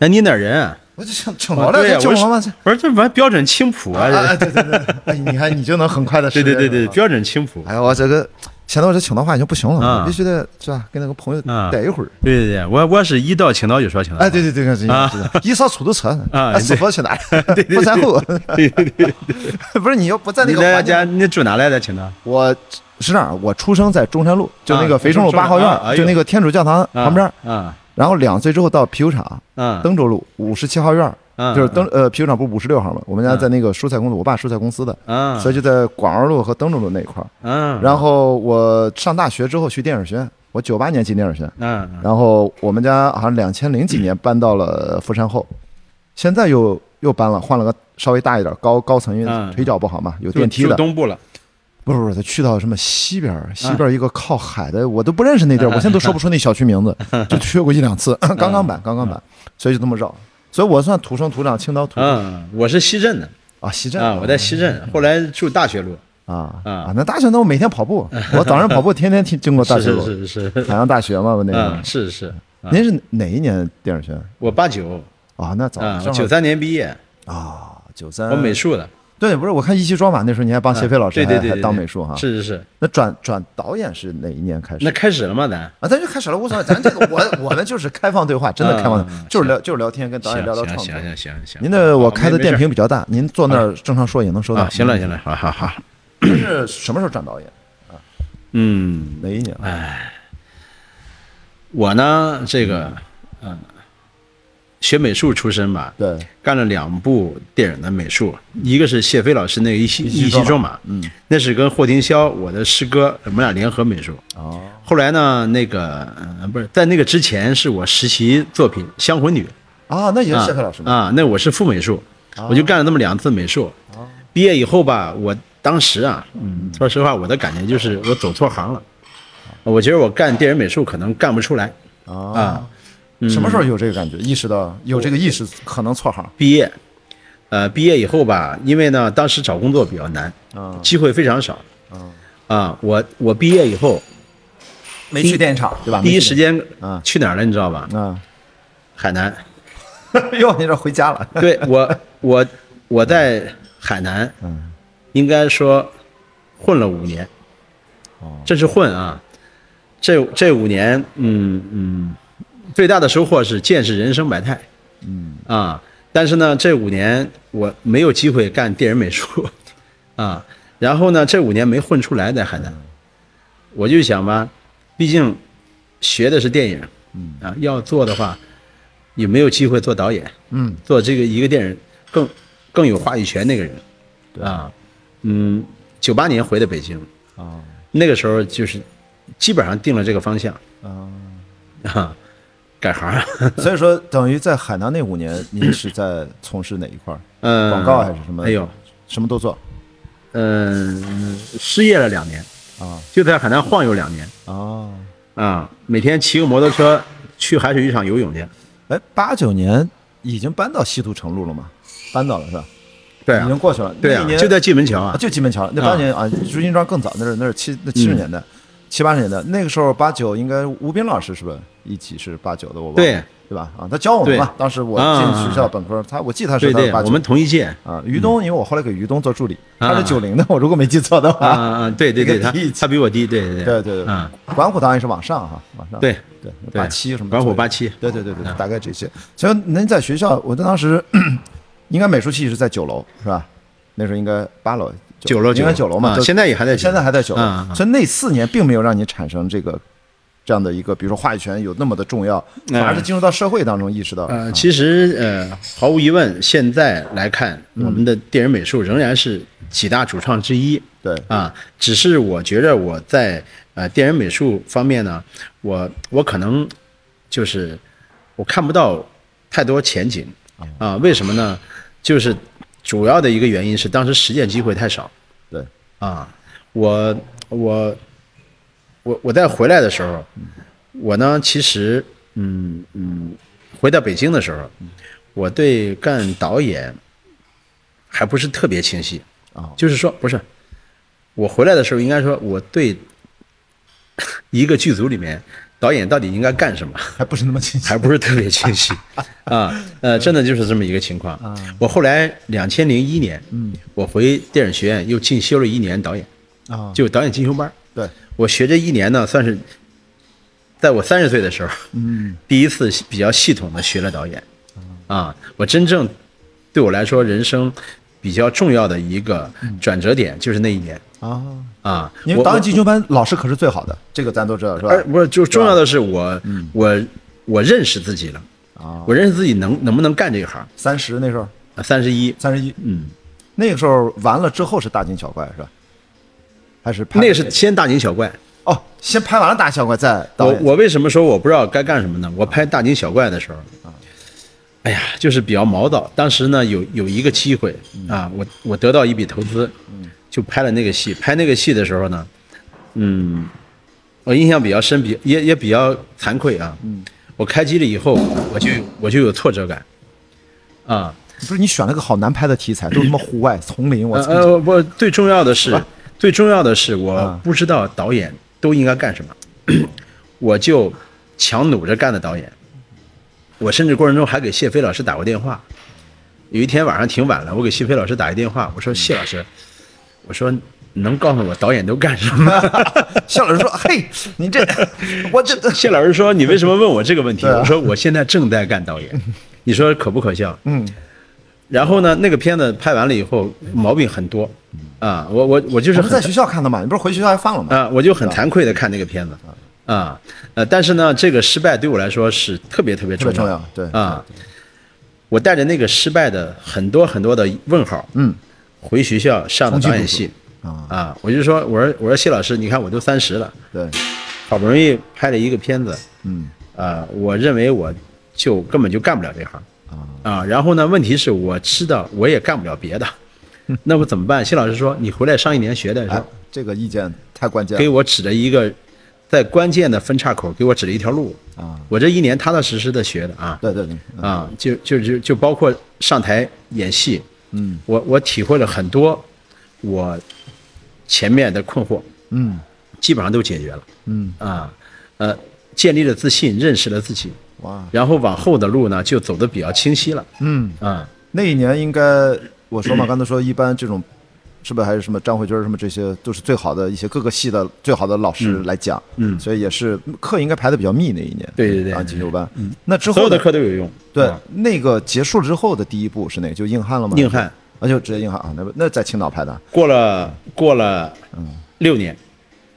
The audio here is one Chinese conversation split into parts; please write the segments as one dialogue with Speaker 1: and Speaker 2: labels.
Speaker 1: 哎，你哪儿人啊？
Speaker 2: 我就想整
Speaker 1: 啊
Speaker 2: 毛了，
Speaker 1: 对呀
Speaker 2: 就整
Speaker 1: 我是
Speaker 2: 毛了。
Speaker 1: 不是这玩标准青浦
Speaker 2: 啊
Speaker 1: 啊
Speaker 2: 啊！？对对对，哎，你看你就能很快的
Speaker 1: 对对对对，标准青浦。
Speaker 2: 哎呀，我这个想到我这青岛话已经不行了，
Speaker 1: 啊
Speaker 2: 我必须得是吧？跟那个朋友
Speaker 1: 啊
Speaker 2: 待一会儿。
Speaker 1: 对对对，我我是一到青岛就说青岛话。
Speaker 2: 哎，对对对，是
Speaker 1: 啊
Speaker 2: 的，一上出租车，
Speaker 1: 啊
Speaker 2: 哎师傅去哪儿？不善后，
Speaker 1: 对对对，
Speaker 2: 不是你要不在那
Speaker 1: 你
Speaker 2: 个
Speaker 1: 来
Speaker 2: 环
Speaker 1: 家
Speaker 2: 境，
Speaker 1: 你住哪来的青岛？
Speaker 2: 我是这样，我出生在中山路，就那个
Speaker 1: 啊
Speaker 2: 肥城路八号
Speaker 1: 中山路啊哎
Speaker 2: 院，
Speaker 1: 呦
Speaker 2: 就那个天主教堂旁边。
Speaker 1: 啊
Speaker 2: 然后两岁之后到啤酒厂，
Speaker 1: 啊
Speaker 2: 登州路五十七号院，
Speaker 1: 啊，
Speaker 2: 就是登呃啤酒厂不是五十六号嘛？我们家在那个蔬菜公司，我爸蔬菜公司的，
Speaker 1: 啊，
Speaker 2: 所以就在广二路和登州路那一块儿。
Speaker 1: 嗯，
Speaker 2: 然后我上大学之后去电影学院，我九八年进电影学院，
Speaker 1: 嗯
Speaker 2: 然后我们家好像两千零几年搬到了富山后，现在又又搬了，换了个稍微大一点高高层，因
Speaker 1: 嗯
Speaker 2: 为腿脚不好嘛，有
Speaker 1: 就
Speaker 2: 电梯
Speaker 1: 就
Speaker 2: 的。
Speaker 1: 东嗯部了，
Speaker 2: 不是不是，他去到什么西边儿，西边儿一个靠海的，我都不认识那地儿，我现在都说不出那小区名字，
Speaker 1: 嗯
Speaker 2: 就去过一两次，刚刚版刚刚版，所以就这么绕。所以我算土生土长青岛土著
Speaker 1: 嗯，我是西镇的
Speaker 2: 啊，西站
Speaker 1: 啊，我在西镇，后来住大学路，
Speaker 2: 啊
Speaker 1: 啊
Speaker 2: 啊，那大学那我每天跑步， 我早上跑步天天听经过大
Speaker 1: 是
Speaker 2: 学路，
Speaker 1: 是是是，
Speaker 2: 海洋大学嘛，我那个
Speaker 1: 嗯，是是，啊
Speaker 2: 您是哪一年电影学院
Speaker 1: 我八九
Speaker 2: 啊？那早
Speaker 1: 啊，
Speaker 2: 正好
Speaker 1: 九三年毕业，
Speaker 2: 啊，九三
Speaker 1: 我美术的，
Speaker 2: 对，不是我看一期装马那时候，你还帮谢飞老师
Speaker 1: 对对
Speaker 2: 还
Speaker 1: 对
Speaker 2: 还
Speaker 1: 对
Speaker 2: 当
Speaker 1: 对
Speaker 2: 美术哈。
Speaker 1: 是是是，
Speaker 2: 那转转导演是哪一年开始
Speaker 1: 那？开始了吗？咱
Speaker 2: 啊，咱就开始了，无所谓，咱这个我我们就是开放对话，真的开放
Speaker 1: 嗯嗯嗯，
Speaker 2: 就是聊就是聊天，跟导
Speaker 1: 行
Speaker 2: 演聊聊
Speaker 1: 行
Speaker 2: 创作。
Speaker 1: 行行行行，
Speaker 2: 您的我
Speaker 1: 好
Speaker 2: 开
Speaker 1: 没
Speaker 2: 的
Speaker 1: 没
Speaker 2: 电
Speaker 1: 事嗯
Speaker 2: 瓶比较大，您坐那儿正常说也能收到
Speaker 1: 啊，。行了行了，好好好，
Speaker 2: 您 是什么时候转导演？
Speaker 1: 嗯。
Speaker 2: 哪一年？
Speaker 1: 我呢，这个，嗯、学美术出身吧，
Speaker 2: 对，
Speaker 1: 干了两部电影的美术，一个是谢飞老师那个一夕
Speaker 2: 一
Speaker 1: 一
Speaker 2: 夕
Speaker 1: 夕
Speaker 2: 装
Speaker 1: 装马，嗯，那是跟霍廷霄我的师哥我们俩联合美术。
Speaker 2: 哦，
Speaker 1: 后来呢，那个、呃、不是在那个之前是我实习作品《香魂女》
Speaker 2: 啊，那也是
Speaker 1: 啊
Speaker 2: 谢飞老师吗？哦
Speaker 1: 啊，那我是副美术，我就干了那么两次美术。毕业以后吧，我当时啊，嗯，说实话，我的感觉就是我走错行了，我觉得我干电影美术可能干不出来
Speaker 2: 啊
Speaker 1: 啊，。
Speaker 2: 什么时候有这个感觉？意识到有这个意识，可能错行
Speaker 1: 毕业，呃，毕业以后吧，因为呢，当时找工作比较难，
Speaker 2: 啊
Speaker 1: 机会非常少，
Speaker 2: 嗯
Speaker 1: 啊，我我毕业以后，
Speaker 2: 没
Speaker 1: 去
Speaker 2: 电影厂对吧
Speaker 1: 第一时间
Speaker 2: 啊
Speaker 1: 去哪儿了，你知道吧？
Speaker 2: 啊，
Speaker 1: 海南，
Speaker 2: 哟，你这回家了
Speaker 1: 对我我我在海南，应该说混了五年，这是混啊，这这五年，嗯嗯，最大的收获是见识人生百态，嗯啊，但是呢，这五年我没有机会干电影美术，啊，然后呢，这五年没混出来在海南，我就想吧，毕竟学的是电影，嗯啊，要做的话，也没有机会做导演，
Speaker 2: 嗯，
Speaker 1: 做这个一个电影更更有话语权那个人，啊，嗯，九八年回的北京，
Speaker 2: 啊
Speaker 1: 那个时候就是基本上定了这个方向
Speaker 2: 啊！
Speaker 1: 啊，改行 了，
Speaker 2: 所以说，等于在海南那五年，您是在从事哪一块儿？
Speaker 1: 嗯，
Speaker 2: 广告还是什么？
Speaker 1: 哎呦，，
Speaker 2: 什么都做
Speaker 1: 嗯，失业了两年，
Speaker 2: 啊
Speaker 1: 就在海南晃悠两年
Speaker 2: 啊！
Speaker 1: 啊，每天骑个摩托车去海水浴场游泳去，
Speaker 2: 哎，八九年已经搬到西图城路了吗？搬到了是吧？
Speaker 1: 对
Speaker 2: 已经
Speaker 1: 啊，
Speaker 2: 过去了。
Speaker 1: 对
Speaker 2: 那一
Speaker 1: 啊，
Speaker 2: 年
Speaker 1: 就在蓟门桥
Speaker 2: 啊，
Speaker 1: 啊，
Speaker 2: 就金门桥那
Speaker 1: 啊嗯
Speaker 2: 八年啊，朱金庄更早，那是那是七那七十年代，七八十年代那个时候八九应该吴斌老师是不是一起是八九的？我忘了
Speaker 1: 对
Speaker 2: 对吧？啊，他教我们嘛
Speaker 1: 对，
Speaker 2: 当时我
Speaker 1: 啊
Speaker 2: 进学校本科，他我记得他是
Speaker 1: 对
Speaker 2: 他
Speaker 1: 对，
Speaker 2: 八
Speaker 1: 我
Speaker 2: 九
Speaker 1: 们同一届，
Speaker 2: 啊，于东，因为我后来给于东做助理，他是
Speaker 1: 啊
Speaker 2: 九零的，我如果没记错的
Speaker 1: 啊
Speaker 2: 话，
Speaker 1: 啊，对对对，
Speaker 2: 一个
Speaker 1: 他
Speaker 2: 第一届
Speaker 1: 他比我低，对对
Speaker 2: 对对
Speaker 1: 嗯，
Speaker 2: 对，管虎当然是往上哈，往上
Speaker 1: 对
Speaker 2: 对
Speaker 1: 对
Speaker 2: 八七什么
Speaker 1: 管虎
Speaker 2: 左右
Speaker 1: 87
Speaker 2: 对对对对，大概这些。所以您在学校，我当时应该美术系是在九楼是吧？那时候应该八楼。
Speaker 1: 九楼
Speaker 2: 应该九楼嘛，
Speaker 1: 啊
Speaker 2: 就
Speaker 1: 现在也还在九
Speaker 2: 现在还在九楼
Speaker 1: 啊啊
Speaker 2: 所以那四年并没有让你产生这个这样的一个，比如说话语权有那么的重要，反
Speaker 1: 嗯
Speaker 2: 而是进入到社会当中意识到，
Speaker 1: 呃，其实呃，毫无疑问，现在来看，我们的电影美术仍然是几大主创之一。
Speaker 2: 对
Speaker 1: 啊，只是我觉着我在呃电影美术方面呢，我我可能就是我看不到太多前景啊，为什么呢？就是主要的一个原因是当时实践机会太少
Speaker 2: 对，
Speaker 1: 啊。我我我我在回来的时候，我呢其实嗯嗯，回到北京的时候，我对干导演还不是特别清晰
Speaker 2: 哦
Speaker 1: 就是说不是， 我回来的时候应该说我对一个剧组里面导演到底应该干什么，
Speaker 2: 还不是那么清晰
Speaker 1: 还。不是特别清晰啊。呃，真的就是这么一个情况。我后来两千零一年，嗯，我回电影学院又进修了一年导演，
Speaker 2: 啊，
Speaker 1: 就导演进修班儿。
Speaker 2: 对，
Speaker 1: 我学这一年呢，算是在我三十岁的时候，
Speaker 2: 嗯，
Speaker 1: 第一次比较系统的学了导演。啊，我真正对我来说人生比较重要的一个转折点就是那一年
Speaker 2: 啊，
Speaker 1: 啊。
Speaker 2: 嗯因
Speaker 1: 我
Speaker 2: 为导
Speaker 1: 我哎
Speaker 2: 演进修班老师可是最好的，这个咱都知道是吧？
Speaker 1: 而不是，就重要的是我我我认识自己了，
Speaker 2: 嗯啊，
Speaker 1: 我认识自己能能不能干这一行。
Speaker 2: 三十那时候，
Speaker 1: 三十一，
Speaker 2: 三十一，
Speaker 1: 嗯，
Speaker 2: 那个时候完了之后是大惊小怪是吧？还是拍
Speaker 1: 那个是先大惊小怪。
Speaker 2: 哦，先拍完了大惊小怪再导
Speaker 1: 我
Speaker 2: 演
Speaker 1: 我为什么说我不知道该干什么呢？我拍大惊小怪的时候，
Speaker 2: 嗯
Speaker 1: 哎呀，就是比较毛躁。当时呢，有有一个机会
Speaker 2: 嗯
Speaker 1: 啊，我我得到一笔投资，就拍了那个戏。拍那个戏的时候呢，嗯，我印象比较深，比也也比较惭愧啊。
Speaker 2: 嗯
Speaker 1: 我开机了以后，我就我就有挫折感，啊，
Speaker 2: 不是你选了个好难拍的 题材，都他妈户外丛林，我
Speaker 1: 呃
Speaker 2: 操！
Speaker 1: 呃，不，最重要的是，最重要的是，我
Speaker 2: 啊
Speaker 1: 不知道导演都应该干什么， 我就强努着干的导演。我甚至过程中还给谢飞老师打过电话。有一天晚上挺晚了，我给谢飞老师打一电话，我说谢老师，我说能告诉我导演都干什么 吗？
Speaker 2: 谢老师说：“嘿，你这， 我这，
Speaker 1: 谢老师说你为什么问我这个问题？
Speaker 2: 对啊
Speaker 1: 我说我现在正在干导演，你说可不可笑？
Speaker 2: 嗯，
Speaker 1: 然后呢，那个片子拍完了以后毛病很多，啊，我我我就是
Speaker 2: 我们
Speaker 1: 很
Speaker 2: 在学校看的嘛，你不是回学校还放了吗？
Speaker 1: 啊，我就很惭愧的看那个片子，啊，呃，但是呢，这个失败对我来说是特别特别
Speaker 2: 特
Speaker 1: 重
Speaker 2: 别
Speaker 1: 要，
Speaker 2: 重要，对，
Speaker 1: 啊，我带着那个失败的很多很多的问号，
Speaker 2: 嗯，
Speaker 1: 回学校上的
Speaker 2: 重新
Speaker 1: 导演
Speaker 2: 读书
Speaker 1: 系，
Speaker 2: 啊，
Speaker 1: 啊，我就说，我说我说谢老师，你看我都三十了，
Speaker 2: 对，
Speaker 1: 好不容易拍了一个片子，
Speaker 2: 嗯，
Speaker 1: 啊，我认为我就根本就干不了这行，
Speaker 2: 啊，
Speaker 1: 啊，然后呢，问题是我知道我也干不了别的， 那我怎么办？谢老师说，你回来上一年学再说
Speaker 2: 哎。，这个意见太关键
Speaker 1: 给
Speaker 2: 了
Speaker 1: 我指着一个在关键的分岔口给我指了一条路。
Speaker 2: 啊，
Speaker 1: 我这一年踏踏实实的学的啊
Speaker 2: 对对对，
Speaker 1: 啊，就就就就包括上台演戏，
Speaker 2: 嗯
Speaker 1: 我我体会了很多我前面的困惑，
Speaker 2: 嗯
Speaker 1: 基本上都解决了
Speaker 2: 嗯，
Speaker 1: 啊，呃，建立了自信，认识了自己，
Speaker 2: 哇，
Speaker 1: 然后往后的路呢就走得比较清晰了
Speaker 2: 嗯，
Speaker 1: 啊。
Speaker 2: 那一年应该我说嘛，刚才说一般这种，是不是还是什么张慧娟什么这些，都是最好的一些各个系的最好的老师来讲，
Speaker 1: 嗯
Speaker 2: 所以也是课应该排的比较密那一年，
Speaker 1: 对对对嗯
Speaker 2: 啊，进修班，那之
Speaker 1: 所
Speaker 2: 后
Speaker 1: 有
Speaker 2: 呢
Speaker 1: 的课都有用，
Speaker 2: 对
Speaker 1: 啊，
Speaker 2: 那个结束之后的第一步是哪个？就硬汉了吗？
Speaker 1: 硬汉
Speaker 2: 啊，就直接硬汉啊，那不那在青岛拍的
Speaker 1: 过了过了
Speaker 2: 嗯
Speaker 1: 六年，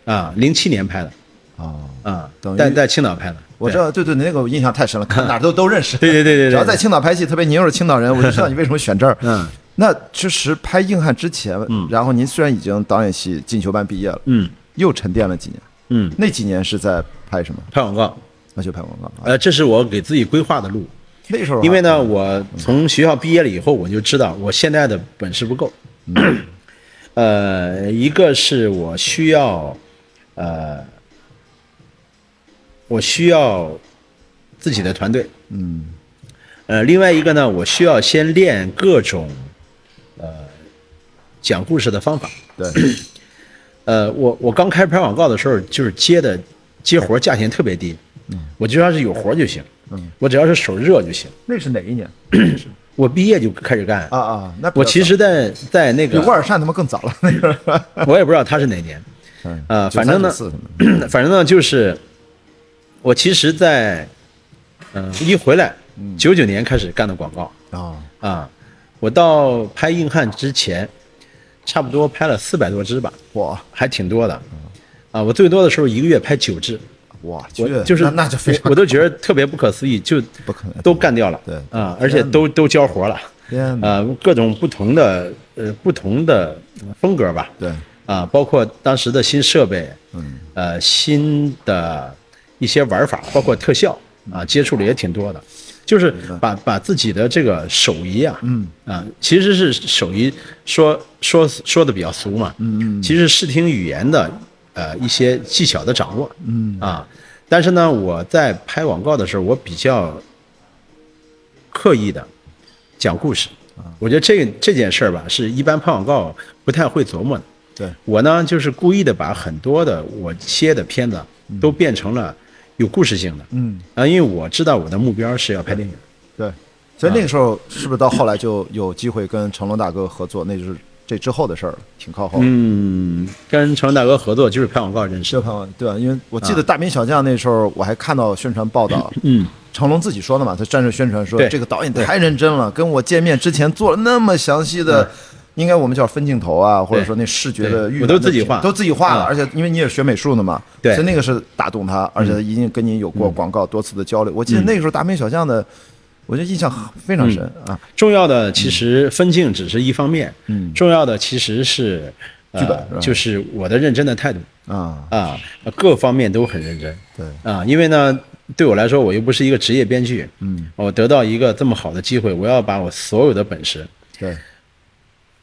Speaker 1: 啊，零七年拍的，
Speaker 2: 哦。
Speaker 1: 啊
Speaker 2: 等，于
Speaker 1: 在在青岛拍的。
Speaker 2: 我
Speaker 1: 对
Speaker 2: 知，道，对对，对那个我印象太深了，看哪儿都都认识。
Speaker 1: 对对对对对
Speaker 2: 只要在青岛拍戏，特别您又是青岛人，我 就知道你为什么选这儿。
Speaker 1: 嗯，
Speaker 2: 那其实拍硬汉之前，然后您虽然已经导演系进修班毕业了，
Speaker 1: 嗯
Speaker 2: 又沉淀了几年，
Speaker 1: 嗯，
Speaker 2: 那几年是在拍什么？
Speaker 1: 拍广告，
Speaker 2: 那就拍广告啊。
Speaker 1: 呃，这是我给自己规划的路，
Speaker 2: 那时候啊
Speaker 1: 因为，呢，我从学校毕业了以后，我就知道我现在的本事不够，
Speaker 2: 嗯
Speaker 1: 呃，一个是我需要，呃，我需要自己的团队，
Speaker 2: 嗯
Speaker 1: 呃，另外一个呢，我需要先练各种，呃，讲故事的方法，
Speaker 2: 对，
Speaker 1: 呃，我我刚开拍广告的时候，就是接的接活儿价钱特别低，我就要是有活儿就行，我只要是手热就行。
Speaker 2: 那是哪一年
Speaker 1: 我毕业就开始干，
Speaker 2: 啊啊？那比较
Speaker 1: 我其实在在那
Speaker 2: 早比
Speaker 1: 个
Speaker 2: 沃，尔善他们更早了，那个
Speaker 1: 我也不知道他是哪年，
Speaker 2: 嗯
Speaker 1: 呃，反正呢，
Speaker 2: 93 94什么的
Speaker 1: 反正呢就是，我其实在，嗯、一回来，九九年开始干的广告
Speaker 2: 啊，
Speaker 1: 啊，我到拍硬汉之前，差不多拍了四百多支吧，
Speaker 2: 哇
Speaker 1: 还挺多的，啊，我最多的时候一个月拍九支。
Speaker 2: 哇，
Speaker 1: 我
Speaker 2: 去
Speaker 1: 就是
Speaker 2: 那那就非常
Speaker 1: 我我都觉得特别不可思议，就
Speaker 2: 不可能
Speaker 1: 都干掉了，
Speaker 2: 对
Speaker 1: 啊，而且都都交活了，
Speaker 2: 天哪，
Speaker 1: 呃，各种不同的呃不同的风格吧，
Speaker 2: 对，
Speaker 1: 啊，包括当时的新设备，
Speaker 2: 嗯，
Speaker 1: 呃，新的一些玩法，包括特效啊，接触的也挺多的，就是把把自己的这个手艺啊，嗯啊，其实是手艺说说说的比较俗嘛，嗯嗯，其实视听语言的呃一些技巧的掌握，嗯啊，但是呢，我在拍广告的时候，我比较刻意的讲故事。我觉得这这件事儿吧，是一般拍广告不太会琢磨的。
Speaker 2: 对，
Speaker 1: 我呢，就是故意的把很多的我接的片子都变成了有故事性的。
Speaker 2: 嗯，
Speaker 1: 啊，因为我知道我的目标是要拍电影。
Speaker 2: 对，所
Speaker 1: 啊
Speaker 2: 以那个时候是不是到后来就有机会跟成龙大哥合作？那就是这之后的事儿了，挺靠后的。
Speaker 1: 嗯，跟成龙大哥合作就是拍广告认识
Speaker 2: 这
Speaker 1: 的。
Speaker 2: 朋友对吧？啊因为我记得《大兵小将》那时候，我还看到宣传报道，
Speaker 1: 嗯，
Speaker 2: 成龙自己说的嘛，他站着宣传说
Speaker 1: 对
Speaker 2: 这个导演太认真了，跟我见面之前做了那么详细的，应该我们叫分镜头啊，或者说那视觉的
Speaker 1: 嗯对
Speaker 2: 预览
Speaker 1: 我都自己画
Speaker 2: 都自己画了，
Speaker 1: 嗯
Speaker 2: 而且因为你也学美术的嘛，
Speaker 1: 对嗯
Speaker 2: 所以那个是打动他，而且他一定跟你有过广告多次的交流。我记得那个时候《大兵小将》的，我就印象很非常深啊，
Speaker 1: 重要的其实分镜只是一方面，
Speaker 2: 嗯
Speaker 1: 重要的其实是
Speaker 2: 剧本是
Speaker 1: 呃，
Speaker 2: 吧
Speaker 1: 就是我的认真的态度
Speaker 2: 啊，
Speaker 1: 啊，各方面都很认真
Speaker 2: 对，
Speaker 1: 啊，因为呢，对我来说，我又不是一个职业编剧，
Speaker 2: 嗯，
Speaker 1: 我得到一个这么好的机会，我要把我所有的本事，
Speaker 2: 对，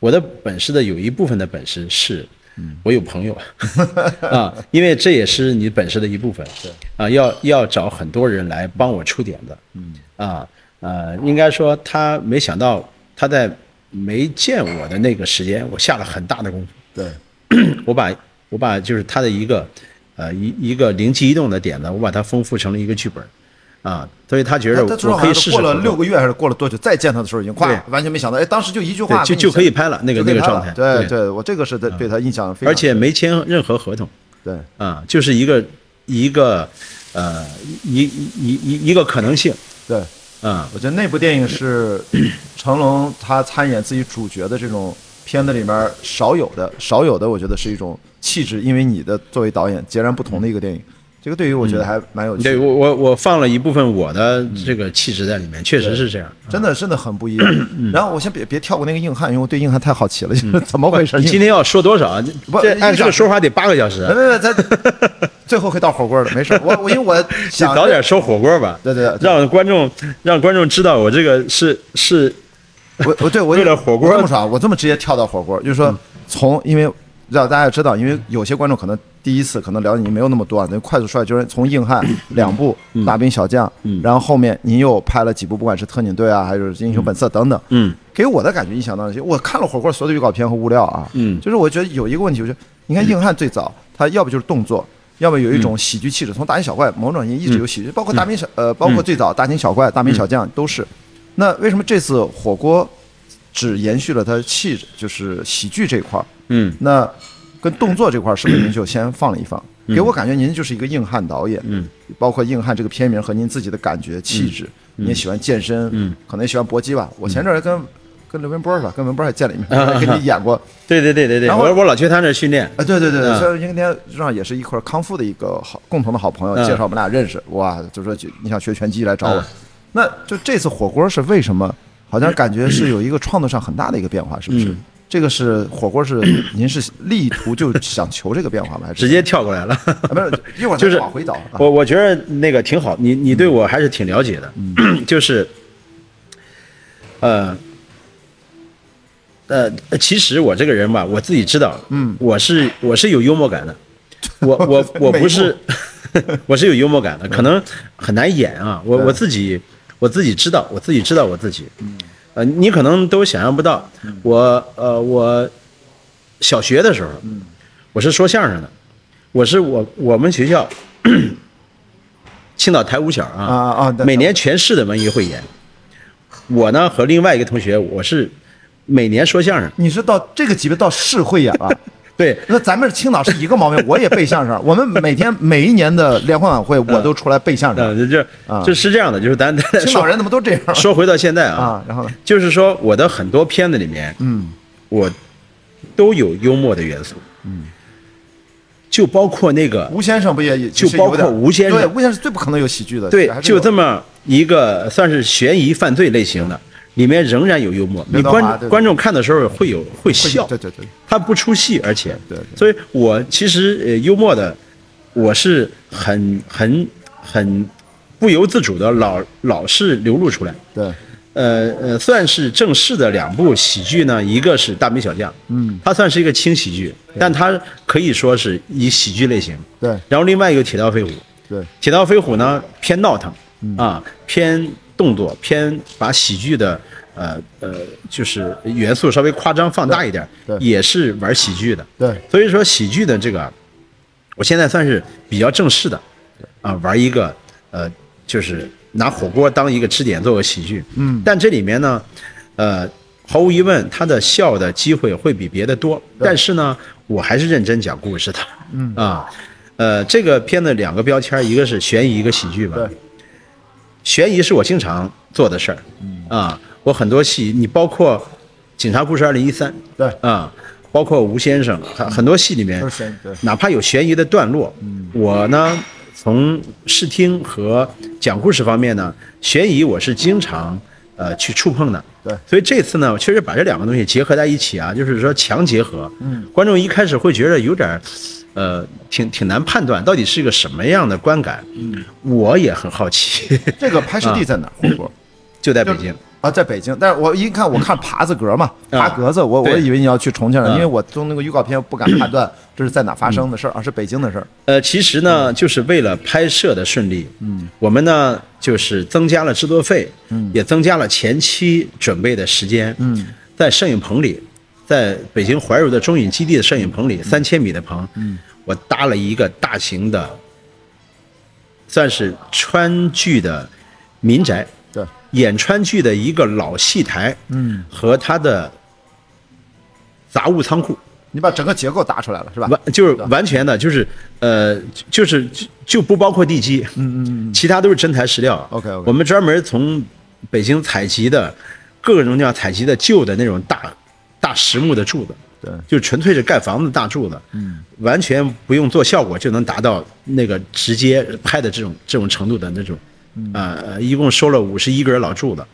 Speaker 1: 我的本事的有一部分的本事是，
Speaker 2: 嗯
Speaker 1: 我有朋友 啊，因为这也是你本事的一部分。对啊，要要找很多人来帮我出点子。嗯啊呃，应该说他没想到他在没见我的那个时间，我下了很大的功夫。
Speaker 2: 对，
Speaker 1: 我把我把就是他的一个呃一一个灵机一动的点子，我把它丰富成了一个剧本。啊，所以他觉得
Speaker 2: 他他说
Speaker 1: 我
Speaker 2: 好
Speaker 1: 可以
Speaker 2: 像
Speaker 1: 试试
Speaker 2: 是过了
Speaker 1: 合作
Speaker 2: 六个月还是过了多久，再见他的时候已经快
Speaker 1: 对
Speaker 2: 完全没想到，哎，当时就一句
Speaker 1: 对
Speaker 2: 话
Speaker 1: 就
Speaker 2: 跟你
Speaker 1: 就可以
Speaker 2: 讲
Speaker 1: 拍了那个
Speaker 2: 就可
Speaker 1: 那
Speaker 2: 以
Speaker 1: 个
Speaker 2: 拍
Speaker 1: 状
Speaker 2: 了
Speaker 1: 态，
Speaker 2: 对对，我这个是对对他印象非常深，
Speaker 1: 而且没签任何合同。
Speaker 2: 对
Speaker 1: 啊，就是一个一个呃一一一一个可能性
Speaker 2: 对，
Speaker 1: 啊，
Speaker 2: 我觉得那部电 影是成龙他参演自己主角的这种片子里面少有的少有的，我觉得是一种气质，因为你的作为导演截然不同的一个电影，这个对于我觉得还蛮有趣
Speaker 1: 嗯对
Speaker 2: 的，
Speaker 1: 我我我放了一部分我的
Speaker 2: 嗯
Speaker 1: 这个气质在里面，确实是这样。
Speaker 2: 真的真的很不 一样。然后我先别别跳过那个硬汉，因为我对硬汉太好奇了，就是 怎么回事？
Speaker 1: 你嗯今天要说多少啊？
Speaker 2: 不
Speaker 1: 这
Speaker 2: 一个
Speaker 1: 按这
Speaker 2: 小
Speaker 1: 个
Speaker 2: 时
Speaker 1: 说法得八个小时
Speaker 2: 没，没没，咱最后会到火锅的，没事儿。我我因为我
Speaker 1: 你
Speaker 2: 想
Speaker 1: 早点收火锅吧。
Speaker 2: 对对对
Speaker 1: 让观众让观众知道我这个是是
Speaker 2: 我我对我
Speaker 1: 为了火锅
Speaker 2: 我这么说啊，我这么直接跳到火锅，就是说
Speaker 1: 嗯
Speaker 2: 从因为让大家知道，因为有些观众可能第一次可能了解你没有那么多啊，那快速说一下，就是从硬汉两部
Speaker 1: 嗯
Speaker 2: 大兵小将，然后后面您又拍了几部，不管是特警队啊，还是英雄本色等等，
Speaker 1: 嗯，
Speaker 2: 给我的感觉印象当中，我看了火锅所有的预告片和物料啊，
Speaker 1: 嗯
Speaker 2: 就是我觉得有一个问题，我觉得你看硬汉最早，他要不就是动
Speaker 1: 嗯
Speaker 2: 作。要么有一种喜剧气质，从大惊小怪某种原因一直有喜剧，
Speaker 1: 嗯
Speaker 2: 包括大兵小呃，包括最早大惊小怪、大兵小将都是。那为什么这次火锅只延续了它气质，就是喜剧这块儿？
Speaker 1: 嗯，
Speaker 2: 那跟动作这块儿是不是您就先放了一放？给我感觉您就是一个硬汉导演，嗯，包括硬汉这个片名和您自己的感觉气质，您也喜欢健身，嗯，可能也喜欢搏击吧。我前阵儿跟跟刘文波儿是吧，跟文波儿也见了一面，跟你演过，
Speaker 1: 对对对对对，
Speaker 2: 然后
Speaker 1: 我我老去他那儿训练。
Speaker 2: 啊，对对对，
Speaker 1: 嗯
Speaker 2: 所以今天上也是一块儿康复的一个好共同的好朋友，
Speaker 1: 嗯
Speaker 2: 介绍我们俩认识。哇，就说就你想学拳击来找我
Speaker 1: 嗯，
Speaker 2: 那就这次火锅是为什么？好像感觉是有一个创作上很大的一个变化，是不是？这个是火锅是您是力图就想求这个变化吗？还是
Speaker 1: 直接跳过 来了，
Speaker 2: 啊不是一会儿
Speaker 1: 就是
Speaker 2: 再往回倒啊？
Speaker 1: 我我觉得那个挺好，你你对我还是挺了解的， 就是，呃，呃，其实我这个人吧，我自己知道，嗯，我是我是有幽默感的，我我我
Speaker 2: 美
Speaker 1: 不是，我是有幽默感的，可能很难演啊，我我自己我自己知道，我自己知道我自己，呃，你可能都想象不到，我呃我小学的时候，我是说相声的，我是我我们学校 青岛台五小啊
Speaker 2: 啊啊对
Speaker 1: 每年全市的文娱汇演，我呢和另外一个同学，我是每年说相声，
Speaker 2: 你是到这个级别到市会演了？
Speaker 1: 对，
Speaker 2: 那咱们青岛是一个毛病，我也背相声。我们每天每一年的联欢晚会，我都出来背相声。
Speaker 1: 呃，这
Speaker 2: 啊
Speaker 1: 这是这样的，就是咱咱
Speaker 2: 青岛
Speaker 1: 说
Speaker 2: 人怎么都这样
Speaker 1: 说 回到现在啊
Speaker 2: 啊？，然后呢？
Speaker 1: 就是说我的很多片子里面，
Speaker 2: 嗯，
Speaker 1: 我都有幽默的元素，嗯，就包括那个
Speaker 2: 吴先生不也也
Speaker 1: 就包括
Speaker 2: 是有点
Speaker 1: 吴先生
Speaker 2: 对吴先生是最不可能有喜剧的，
Speaker 1: 对，就这
Speaker 2: 么
Speaker 1: 么一个算是悬疑犯罪类型的，里面仍然有幽默，
Speaker 2: 刘
Speaker 1: 你
Speaker 2: 德华对
Speaker 1: 观
Speaker 2: 对
Speaker 1: 观众看的时候会有会笑，
Speaker 2: 对对对，
Speaker 1: 他不出戏，而且，
Speaker 2: 对对
Speaker 1: 所以我其实呃幽默的，我是很很很不由自主的老老是流露出来，
Speaker 2: 对
Speaker 1: 呃呃，算是正式的两部喜剧呢，一个是《大兵小将》，
Speaker 2: 嗯，
Speaker 1: 它算是一个轻喜剧，但它可以说是以喜剧类型，
Speaker 2: 对
Speaker 1: 然后另外一个《铁道飞虎》，
Speaker 2: 对
Speaker 1: 《铁道飞虎》呢偏闹腾
Speaker 2: 嗯
Speaker 1: 啊，偏动作，偏把喜剧的呃呃就是元素稍微夸张放大一点
Speaker 2: 对，对
Speaker 1: 也是玩喜剧的。
Speaker 2: 对，
Speaker 1: 所以说喜剧的这个，我现在算是比较正式的，啊、玩一个呃，就是拿火锅当一个支点做个喜剧。
Speaker 2: 嗯，
Speaker 1: 但这里面呢，呃，毫无疑问，他的笑的机会会比别的多。但是呢，我还是认真讲故事的。
Speaker 2: 嗯
Speaker 1: 啊，呃，这个片子两个标签儿，一个是悬疑，一个喜剧吧。
Speaker 2: 对，
Speaker 1: 悬疑是我经常做的事儿。
Speaker 2: 嗯
Speaker 1: 啊，我很多戏，你包括《警察故事二零一三》
Speaker 2: 对
Speaker 1: 啊，包括《吴先生》，很很多戏里面
Speaker 2: 都是悬疑对
Speaker 1: 嗯
Speaker 2: 嗯
Speaker 1: 哪怕有悬疑的段落，我呢从视听和讲故事方面呢，悬疑我是经常呃去触碰的。
Speaker 2: 对
Speaker 1: 所以这次呢，我确实把这两个东西结合在一起啊，就是说强结合。
Speaker 2: 嗯，
Speaker 1: 观众一开始会觉得有点儿，呃，挺挺难判断到底是个什么样的观感。嗯，我也很好奇，
Speaker 2: 这个拍摄地在哪儿？火锅
Speaker 1: 就在北京。
Speaker 2: 啊，在北京。但是我一看，我看耙子格嘛，
Speaker 1: 嗯
Speaker 2: 耙格子，我我
Speaker 1: 对
Speaker 2: 以为你要去重庆
Speaker 1: 嗯
Speaker 2: 了，因为我从那个预告片不敢判断这是在哪发生的事儿，而啊是北京的事儿。
Speaker 1: 呃，其实呢，就是为了拍摄的顺利，嗯，我们呢就是增加了制作费，嗯，也增加了前期准备的时间，
Speaker 2: 嗯，
Speaker 1: 在摄影棚里，在北京怀柔的中影基地的摄影棚里，三千米的棚，嗯，我搭了一个大型的，算是川剧的民宅，
Speaker 2: 对，
Speaker 1: 演川剧的一个老戏台，
Speaker 2: 嗯，
Speaker 1: 和它的杂物仓库，
Speaker 2: 你把整个结构搭出来了是吧？
Speaker 1: 完就是完全的，就是呃，就就是就就不包括地基，
Speaker 2: 嗯嗯嗯，
Speaker 1: 其他都是真材实料。
Speaker 2: OK，OK
Speaker 1: 我们专门从北京采集的各种各样采集的旧的那种大大实木的柱子，
Speaker 2: 对，
Speaker 1: 就纯粹是盖房子的大柱子，
Speaker 2: 嗯，
Speaker 1: 完全不用做效果就能达到那个直接拍的这种这种程度的那种，
Speaker 2: 嗯
Speaker 1: 呃，一共收了五十一根老柱子，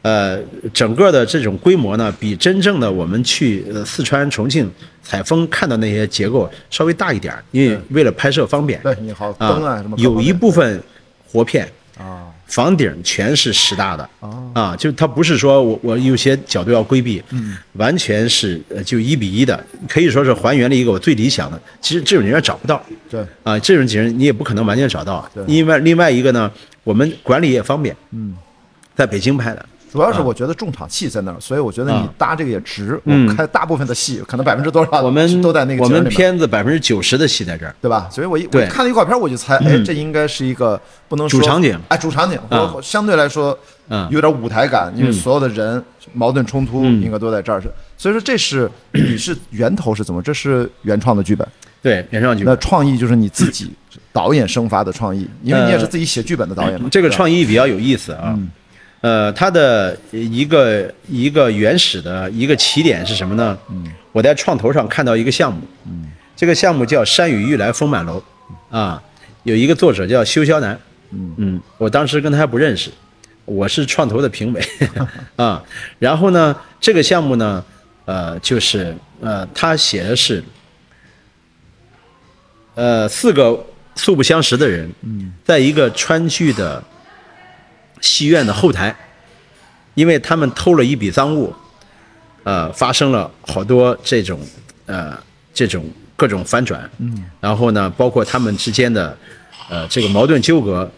Speaker 1: 呃，整个的这种规模呢，比真正的我们去呃四川、重庆采风看到那些结构稍微大一点儿，因为为了拍摄方便，
Speaker 2: 对你好灯啊什么各方
Speaker 1: 有
Speaker 2: 面
Speaker 1: 一部分活片，
Speaker 2: 啊
Speaker 1: 房顶全是实搭的
Speaker 2: 哦
Speaker 1: 啊，就它不是说我我有些角度要规避，
Speaker 2: 嗯
Speaker 1: 完全是呃就一比一的，可以说是还原了一个我最理想的。其实这种景点找不到
Speaker 2: 对，
Speaker 1: 啊，这种景点你也不可能完全找到
Speaker 2: 对。
Speaker 1: 另外另外一个呢，我们管理也方便，
Speaker 2: 嗯。
Speaker 1: 在北京拍的，
Speaker 2: 主要是我觉得重场戏在那儿，所以我觉得你
Speaker 1: 啊
Speaker 2: 搭这个也值。
Speaker 1: 嗯
Speaker 2: 我看大部分的戏，可能百分之多少
Speaker 1: 我们
Speaker 2: 啊都在那个
Speaker 1: 我
Speaker 2: 节目
Speaker 1: 们
Speaker 2: 里面
Speaker 1: 片子百分之九十的戏在这儿。
Speaker 2: 对吧？所以我一我
Speaker 1: 对嗯
Speaker 2: 一看预告片，我就猜，哎，这应该是一个不能说
Speaker 1: 主场景
Speaker 2: 哎，主场景，
Speaker 1: 嗯
Speaker 2: 我我相对来说，
Speaker 1: 嗯
Speaker 2: 有点舞台感，因为所有的人矛盾冲突应该都在这儿，所以说这是你是源头是怎么？这是原创的剧本，
Speaker 1: 对，袁绍剧
Speaker 2: 那创意就是你自己导演生发的创意，因为你也是自己写剧本的导演嘛。
Speaker 1: 呃这个
Speaker 2: 是吧
Speaker 1: 创意比较有意思啊。
Speaker 2: 嗯
Speaker 1: 呃，它的一个一个原始的一个起点是什么呢？
Speaker 2: 嗯
Speaker 1: 我在创投上看到一个项目，这个项目叫“山雨欲来风满楼”，啊，有一个作者叫修霄南，嗯，我当时跟他还不认识，我是创投的评 委啊。然后呢，这个项目呢，呃，就是呃，他写的是，呃，四个素不相识的人，在一个川剧的戏院的后台，因为他们偷了一笔赃物，呃，发生了好多这种呃这种各种反转，嗯，然后呢，包括他们之间的呃这个矛盾纠葛、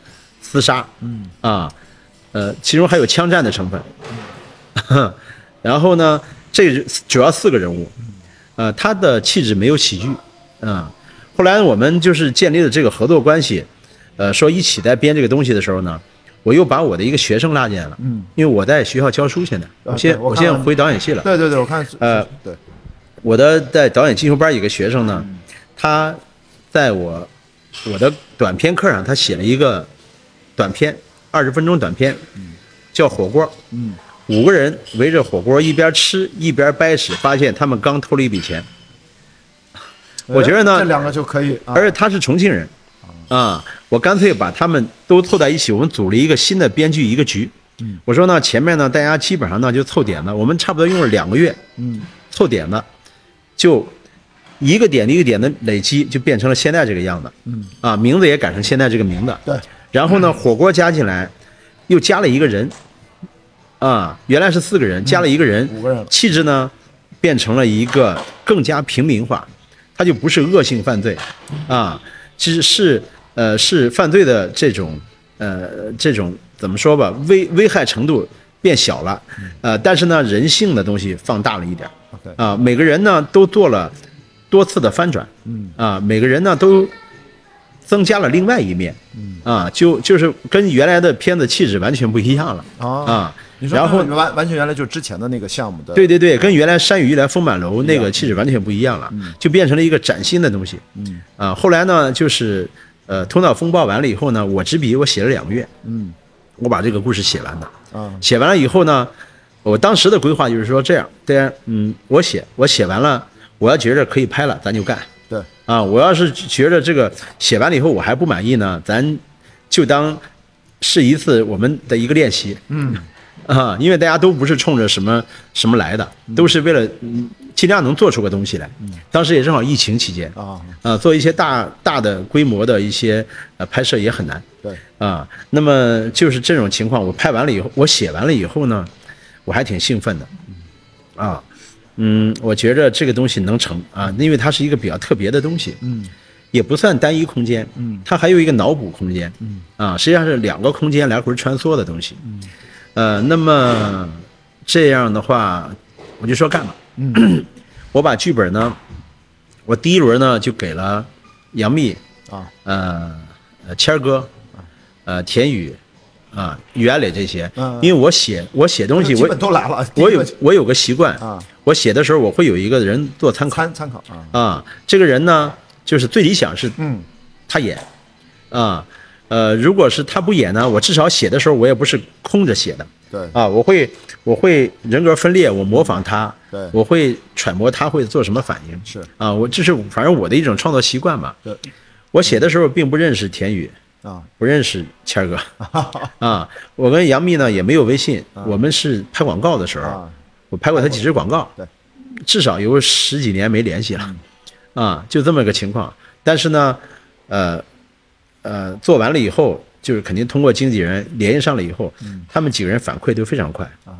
Speaker 1: 厮杀，嗯啊，呃，其中还有枪战的成分，然后呢，这主要四个人物，呃，他的气质没有喜剧，嗯、后来我们就是建立了这个合作关系，呃，说一起在编这个东西的时候呢，我又把我的一个学生拉进来了，嗯，因为我在学校教书，现在我现
Speaker 2: 对我
Speaker 1: 我
Speaker 2: 看
Speaker 1: 现在
Speaker 2: 了
Speaker 1: 回导演系了，
Speaker 2: 对对对，我看
Speaker 1: 呃
Speaker 2: 对
Speaker 1: 我的在导演进修班有个学生呢，他在我我的短片课上，他写了一个短片，二十分钟短片，叫《火锅》。嗯，五个人围着火锅一边吃一边掰扯，发现他们刚偷了一笔钱。我觉得呢
Speaker 2: 哎这两个就可以，啊
Speaker 1: 而且他是重庆人，啊，我干脆把他们都凑在一起，我们组了一个新的编剧一个局。我说呢，前面呢大家基本上呢就凑点子，我们差不多用了两个月，
Speaker 2: 嗯，
Speaker 1: 凑点子，就一个点一个点的累积，就变成了现在这个样子。嗯，啊，名字也改成现在这个名字。
Speaker 2: 对，
Speaker 1: 然后呢，火锅加进来，又加了一个人，啊，原来是四个人，加了一个人，
Speaker 2: 嗯五个人了
Speaker 1: 气质呢变成了一个更加平民化，它就不是恶性犯罪，啊，其实是呃是犯罪的这种呃这种怎么说吧，危危害程度变小了，呃，但是呢人性的东西放大了一点儿，
Speaker 2: OK
Speaker 1: 啊，每个人呢都做了多次的翻转，
Speaker 2: 嗯
Speaker 1: 啊，每个人呢都。增加了另外一面，嗯啊，就就是跟原来的片子气质完全不一样了啊。
Speaker 2: 哦你说
Speaker 1: 然后
Speaker 2: 你们完完全原来就是之前的那个项目的，
Speaker 1: 对对对，跟原来山雨欲来风满楼那个气质完全不一样了，就变成了一个崭新的东西。
Speaker 2: 嗯
Speaker 1: 啊，后来呢，就是呃，头脑风暴完了以后呢，我执笔我写了两个月，
Speaker 2: 嗯
Speaker 1: 我把这个故事写完的。
Speaker 2: 啊
Speaker 1: 写完了以后呢，我当时的规划就是说这样，对啊，嗯，我写我写完了，我要觉着可以拍了，咱就干。
Speaker 2: 对，
Speaker 1: 啊，我要是觉着这个写完了以后我还不满意呢，咱就当是一次我们的一个练习。
Speaker 2: 嗯
Speaker 1: 啊，因为大家都不是冲着什么什么来的，都是为了嗯尽量能做出个东西来。当时也正好疫情期间，
Speaker 2: 啊
Speaker 1: 啊，做一些大大的规模的一些呃拍摄也很难。
Speaker 2: 对
Speaker 1: 啊，那么就是这种情况，我拍完了以后，我写完了以后呢，我还挺兴奋的，啊，嗯，我觉着这个东西能成啊，因为它是一个比较特别的东西，
Speaker 2: 嗯
Speaker 1: 也不算单一空间，
Speaker 2: 嗯，
Speaker 1: 它还有一个脑补空间，
Speaker 2: 嗯，
Speaker 1: 啊，实际上是两个空间来回穿梭的东西，嗯，呃，那么这样的话，我就说干吧，
Speaker 2: 嗯
Speaker 1: 我把剧本呢，我第一轮呢就给了杨幂，
Speaker 2: 啊
Speaker 1: 呃，呃谦儿哥，呃，田宇，啊、于安磊这些
Speaker 2: 嗯，
Speaker 1: 因为我写我写东西，
Speaker 2: 基本
Speaker 1: 我
Speaker 2: 都来了，
Speaker 1: 我有
Speaker 2: 基本
Speaker 1: 我有个习惯
Speaker 2: 啊，
Speaker 1: 我写的时候我会有一个人做参考
Speaker 2: 参参考啊
Speaker 1: 啊，这个人呢，就是最理想是
Speaker 2: 嗯
Speaker 1: 他演，啊，呃，如果是他不演呢，我至少写的时候我也不是空着写的
Speaker 2: 对
Speaker 1: 啊，我会我会人格分裂，我模仿他，
Speaker 2: 对
Speaker 1: 我会揣摩他会做什么反应，
Speaker 2: 是
Speaker 1: 啊，我这是反正我的一种创作习惯嘛。
Speaker 2: 对
Speaker 1: 我写的时候并不认识田宇，
Speaker 2: 啊
Speaker 1: 不认识谦儿哥啊，我跟杨幂呢也没有微信，我们是拍广告的时候
Speaker 2: 啊，
Speaker 1: 我拍过她几支广告
Speaker 2: 对，
Speaker 1: 至少有十几年没联系了，啊，就这么个情况。但是呢，呃呃，做完了以后，就是肯定通过经纪人联系上了以后，他们几个人反馈都非常快
Speaker 2: 啊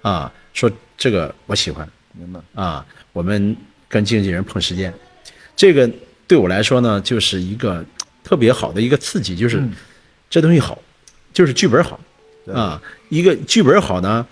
Speaker 1: 啊，说这个我喜欢，
Speaker 2: 明白
Speaker 1: 啊，我们跟经纪人碰时间，这个对我来说呢，就是一个特别好的一个刺激，就是、这东西好，就是剧本好
Speaker 2: 嗯对
Speaker 1: 啊，一个剧本好呢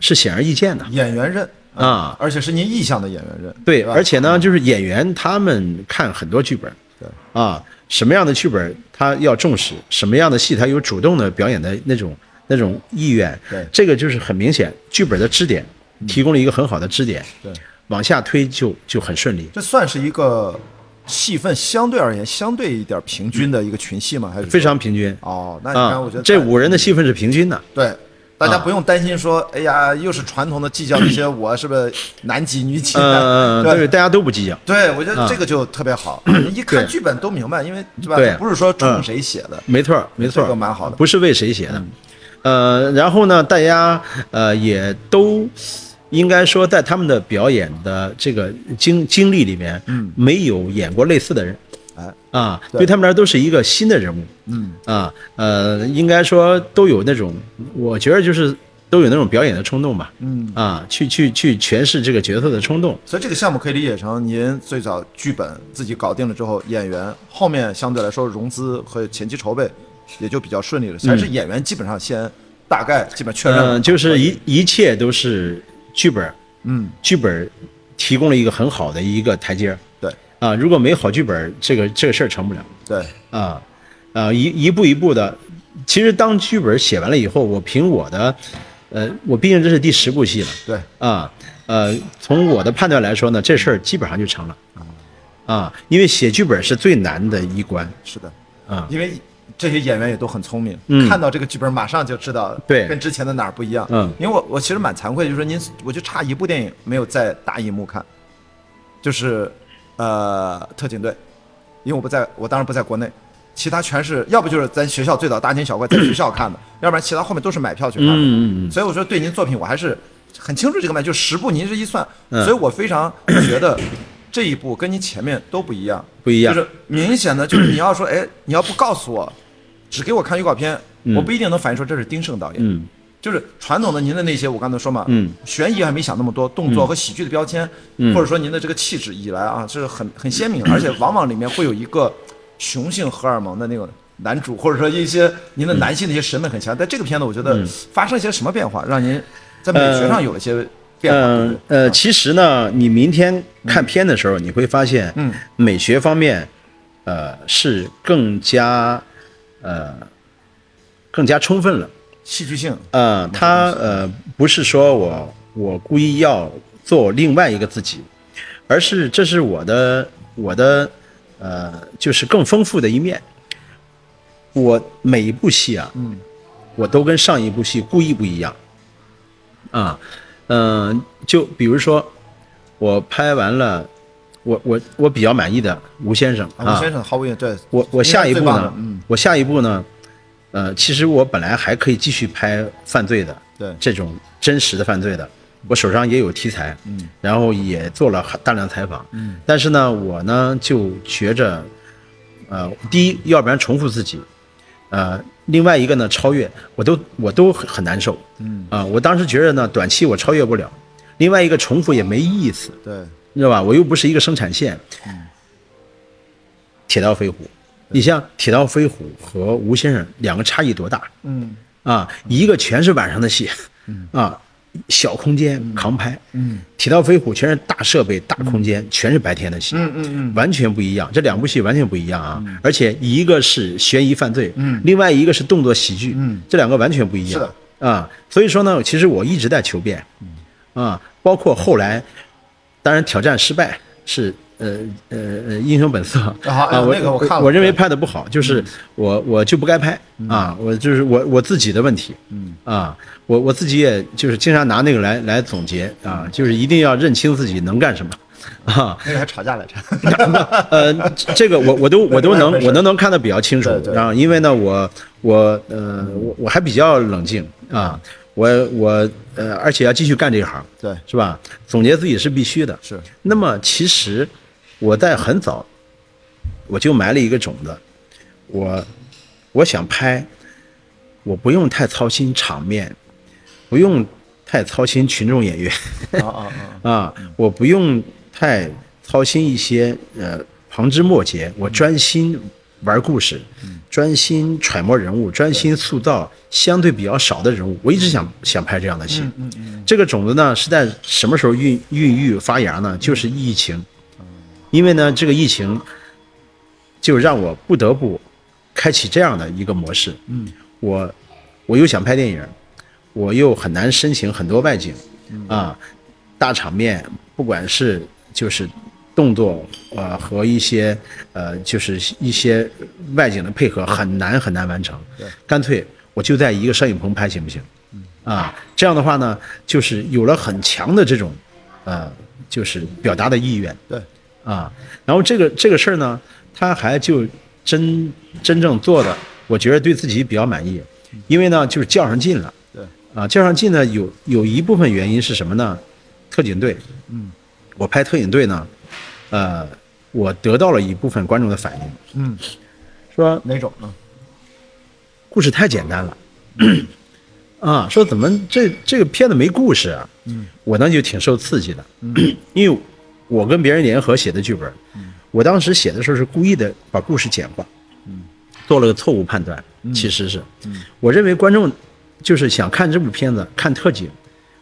Speaker 1: 是显而易见的
Speaker 2: 演员认嗯
Speaker 1: 啊，
Speaker 2: 而且是您意向的演员认
Speaker 1: 对，
Speaker 2: 吧嗯
Speaker 1: 而且呢，就是演员他们看很多剧本
Speaker 2: 对
Speaker 1: 啊，什么样的剧本他要重视，什么样的戏他有主动的表演的那种那种意愿
Speaker 2: 对，嗯
Speaker 1: 这个就是很明显，剧本的支点提供了一个很好的支点，
Speaker 2: 对
Speaker 1: 往下推就就很顺利。
Speaker 2: 这算是一个戏份相对而言相对一点平均的一个群戏吗？还是
Speaker 1: 非常平均
Speaker 2: 哦？那你
Speaker 1: 啊
Speaker 2: 看，我觉得
Speaker 1: 这五人的戏份是平 均的，
Speaker 2: 对。大家
Speaker 1: 啊
Speaker 2: 不用担心说，哎呀，又是传统的计较这些，我是不是男几女几
Speaker 1: 呃，
Speaker 2: 的？
Speaker 1: 对，大家都不计较，
Speaker 2: 对，我觉得
Speaker 1: 啊
Speaker 2: 这个就特 别好，一看
Speaker 1: 对
Speaker 2: 剧本都明白，因为对吧？
Speaker 1: 对嗯
Speaker 2: 这不是说冲谁写的，
Speaker 1: 没错儿，没错儿，
Speaker 2: 这个蛮好的嗯
Speaker 1: 不是为谁写的，呃，然后呢，大家呃也都应该说在他们的表演的这个经经历里面，嗯，没有演过类似的人
Speaker 2: 哎，
Speaker 1: 啊，
Speaker 2: 对
Speaker 1: 对他们来说都是一个新的人物，
Speaker 2: 嗯，
Speaker 1: 啊，呃，应该说都有那种，我觉得就是都有那种表演的冲动吧，
Speaker 2: 嗯，
Speaker 1: 啊，去去去诠释这个角色的冲动，
Speaker 2: 所以这个项目可以理解成您最早剧本自己搞定了之后，演员后面相对来说融资和前期筹备也就比较顺利了，还是演员基本上先大概基本确认了，
Speaker 1: 嗯，就是一一切都是剧本儿，
Speaker 2: 嗯，
Speaker 1: 剧本儿提供了一个很好的一个台阶儿
Speaker 2: 对
Speaker 1: 啊。如果没好剧本儿，这个这个事儿成不了
Speaker 2: 对
Speaker 1: 啊啊，一一步一步的。其实当剧本写完了以后，我凭我的，呃，我毕竟这是第十部戏了
Speaker 2: 对，
Speaker 1: 啊，呃，从我的判断来说呢，这事儿基本上就成了啊，因为写剧本是最难的一关
Speaker 2: 是的，
Speaker 1: 啊。
Speaker 2: 因为这些演员也都很聪明，
Speaker 1: 嗯
Speaker 2: 看到这个剧本马上就知道，
Speaker 1: 对
Speaker 2: 跟之前的哪儿不一样。
Speaker 1: 嗯
Speaker 2: 因为我我其实蛮惭愧，就是说您，我就差一部电影没有在大荧幕看，就是呃特警队，因为我不在，我当然不在国内。其他全是，要不就是咱学校最早大惊小怪在学校看的，要不然其他后面都是买票去看的。
Speaker 1: 嗯嗯嗯
Speaker 2: 所以我说对您作品我还是很清楚这个脉，就十部您这一算，
Speaker 1: 嗯
Speaker 2: 所以我非常觉得这一部跟您前面都不一样，
Speaker 1: 不一样
Speaker 2: 就是明显的就是你要说，哎，你要不告诉我，只给我看预告片，我不一定能反映出这是丁晟导演。
Speaker 1: 嗯，
Speaker 2: 就是传统的您的那些，我刚才说嘛，
Speaker 1: 嗯，
Speaker 2: 悬疑还没想那么多，动作和喜剧的标签，或者说您的这个气质以来啊，这是很很鲜明 的，而且往往里面会有一个雄性荷尔蒙的那种男主，或者说一些您的男性的一些审美很强。但这个片子，我觉
Speaker 1: 嗯
Speaker 2: 得发生一些什么变化，让您在美学上有了一些变化，对
Speaker 1: 呃
Speaker 2: 不对？
Speaker 1: 呃，其实呢，你明天看片的时候，你会发现，
Speaker 2: 嗯，
Speaker 1: 美学方面呃是更加呃更加充分了。
Speaker 2: 戏剧性，
Speaker 1: 呃，他呃不是说我我故意要做另外一个自己，而是这是我的我的呃就是更丰富的一面。我每一部戏啊，
Speaker 2: 嗯，
Speaker 1: 我都跟上一部戏故意不一样，啊，嗯、就比如说我拍完了，我我我比较满意的吴先生
Speaker 2: 啊，吴先生毫无疑问，对，
Speaker 1: 我我下一步
Speaker 2: 应该是
Speaker 1: 呢
Speaker 2: 最棒的，嗯，
Speaker 1: 我下一步呢，呃，其实我本来还可以继续拍犯罪的，
Speaker 2: 对
Speaker 1: 这种真实的犯罪的，我手上也有题材，
Speaker 2: 嗯，
Speaker 1: 然后也做了很大量采访，
Speaker 2: 嗯，
Speaker 1: 但是呢，我呢就觉着，呃，第一，要不然重复自己，呃，另外一个呢超越，我都我都很很难受，
Speaker 2: 嗯，
Speaker 1: 啊、我当时觉着呢，短期我超越不了，另外一个重复也没意思，
Speaker 2: 对，
Speaker 1: 你知道吧？我又不是一个生产线。铁道飞虎，你像铁道飞虎和吴先生两个差异多大
Speaker 2: 嗯
Speaker 1: 啊？一个全是晚上的戏，啊，小空间扛拍。
Speaker 2: 嗯
Speaker 1: 铁道飞虎全是大设备、大空间，全是白天的戏，
Speaker 2: 嗯嗯嗯
Speaker 1: 完全不一样。这两部戏完全不一样啊，而且一个是悬疑犯罪，
Speaker 2: 嗯
Speaker 1: 另外一个是动作喜剧，
Speaker 2: 嗯
Speaker 1: 这两个完全不一样。
Speaker 2: 是的嗯
Speaker 1: 啊，所以说呢，其实我一直在求变，啊，包括后来，当然挑战失败是呃呃呃英雄本色
Speaker 2: 啊哎
Speaker 1: 我
Speaker 2: 那个我看了嗯
Speaker 1: 我认为
Speaker 2: 对
Speaker 1: 拍的不好，就是我我就不该拍啊，我就是我我自己的问题，
Speaker 2: 嗯
Speaker 1: 啊，我我自己也就是经常拿那个来来总结
Speaker 2: 嗯
Speaker 1: 啊，就是一定要认清自己能干什么，啊，
Speaker 2: 那个还吵架来着，
Speaker 1: 呃，这个我我都我都能
Speaker 2: 没事
Speaker 1: 我都能看得比较清楚
Speaker 2: 对，对
Speaker 1: 然后因为呢，我我呃我我还比较冷静啊，我我呃而且要继续干这一行，
Speaker 2: 对，
Speaker 1: 是吧？总结自己是必须的。
Speaker 2: 是，
Speaker 1: 那么其实我在很早我就埋了一个种子，我我想拍，我不用太操心场面，不用太操心群众演员。
Speaker 2: 啊啊啊，
Speaker 1: 啊，我不用太操心一些呃旁枝末节，我专心玩故事，专心揣摩人物，专心塑造相对比较少的人物。我一直想想拍这样的戏，
Speaker 2: 嗯嗯
Speaker 1: 这个种子呢是在什么时候孕孕育发芽呢？就是疫情，因为呢这个疫情就让我不得不开启这样的一个模式。
Speaker 2: 嗯，
Speaker 1: 我我又想拍电影，我又很难申请很多外景，啊，大场面，不管是就是动作呃和一些呃就是一些外景的配合很难很难完成
Speaker 2: 对，
Speaker 1: 干脆我就在一个摄影棚拍行不行？啊，这样的话呢，就是有了很强的这种呃就是表达的意愿，
Speaker 2: 对，
Speaker 1: 啊，然后这个这个事儿呢，他还就真真正做的，我觉得对自己比较满意，因为呢就是较上劲了，
Speaker 2: 对，
Speaker 1: 啊，较上劲呢有有一部分原因是什么呢？特警队，
Speaker 2: 嗯，
Speaker 1: 我拍特警队呢，呃，我得到了一部分观众的反应，
Speaker 2: 嗯，
Speaker 1: 说
Speaker 2: 哪种嗯呢？
Speaker 1: 故事太简单了， 啊，说怎么这这个片子没故事啊？
Speaker 2: 嗯，
Speaker 1: 我呢就挺受刺激的，
Speaker 2: 嗯
Speaker 1: 因为我跟别人联合写的剧本，我当时写的时候是故意的把故事简化，
Speaker 2: 嗯，
Speaker 1: 做了个错误判断，
Speaker 2: 嗯
Speaker 1: 其实是，
Speaker 2: 嗯
Speaker 1: 我认为观众就是想看这部片子，看特警，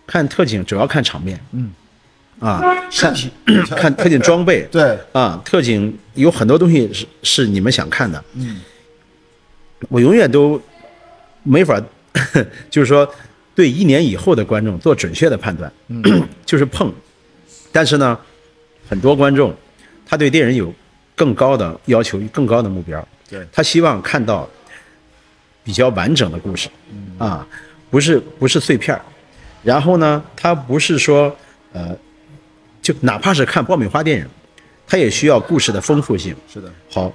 Speaker 1: 看特警主要看场面
Speaker 2: 嗯，
Speaker 1: 啊，
Speaker 2: 身体，，
Speaker 1: 看特警装备
Speaker 2: 对，
Speaker 1: 啊，特警有很多东西是是你们想看的，
Speaker 2: 嗯
Speaker 1: 我永远都没法， 就是说对一年以后的观众做准确的判断，就是碰。但是呢，很多观众他对电影有更高的要求、更高的目标，
Speaker 2: 对，
Speaker 1: 他希望看到比较完整的故事，啊，不是不是碎片儿。然后呢，他不是说呃，就哪怕是看爆米花电影，他也需要故事的丰富性。
Speaker 2: 是的，
Speaker 1: 好，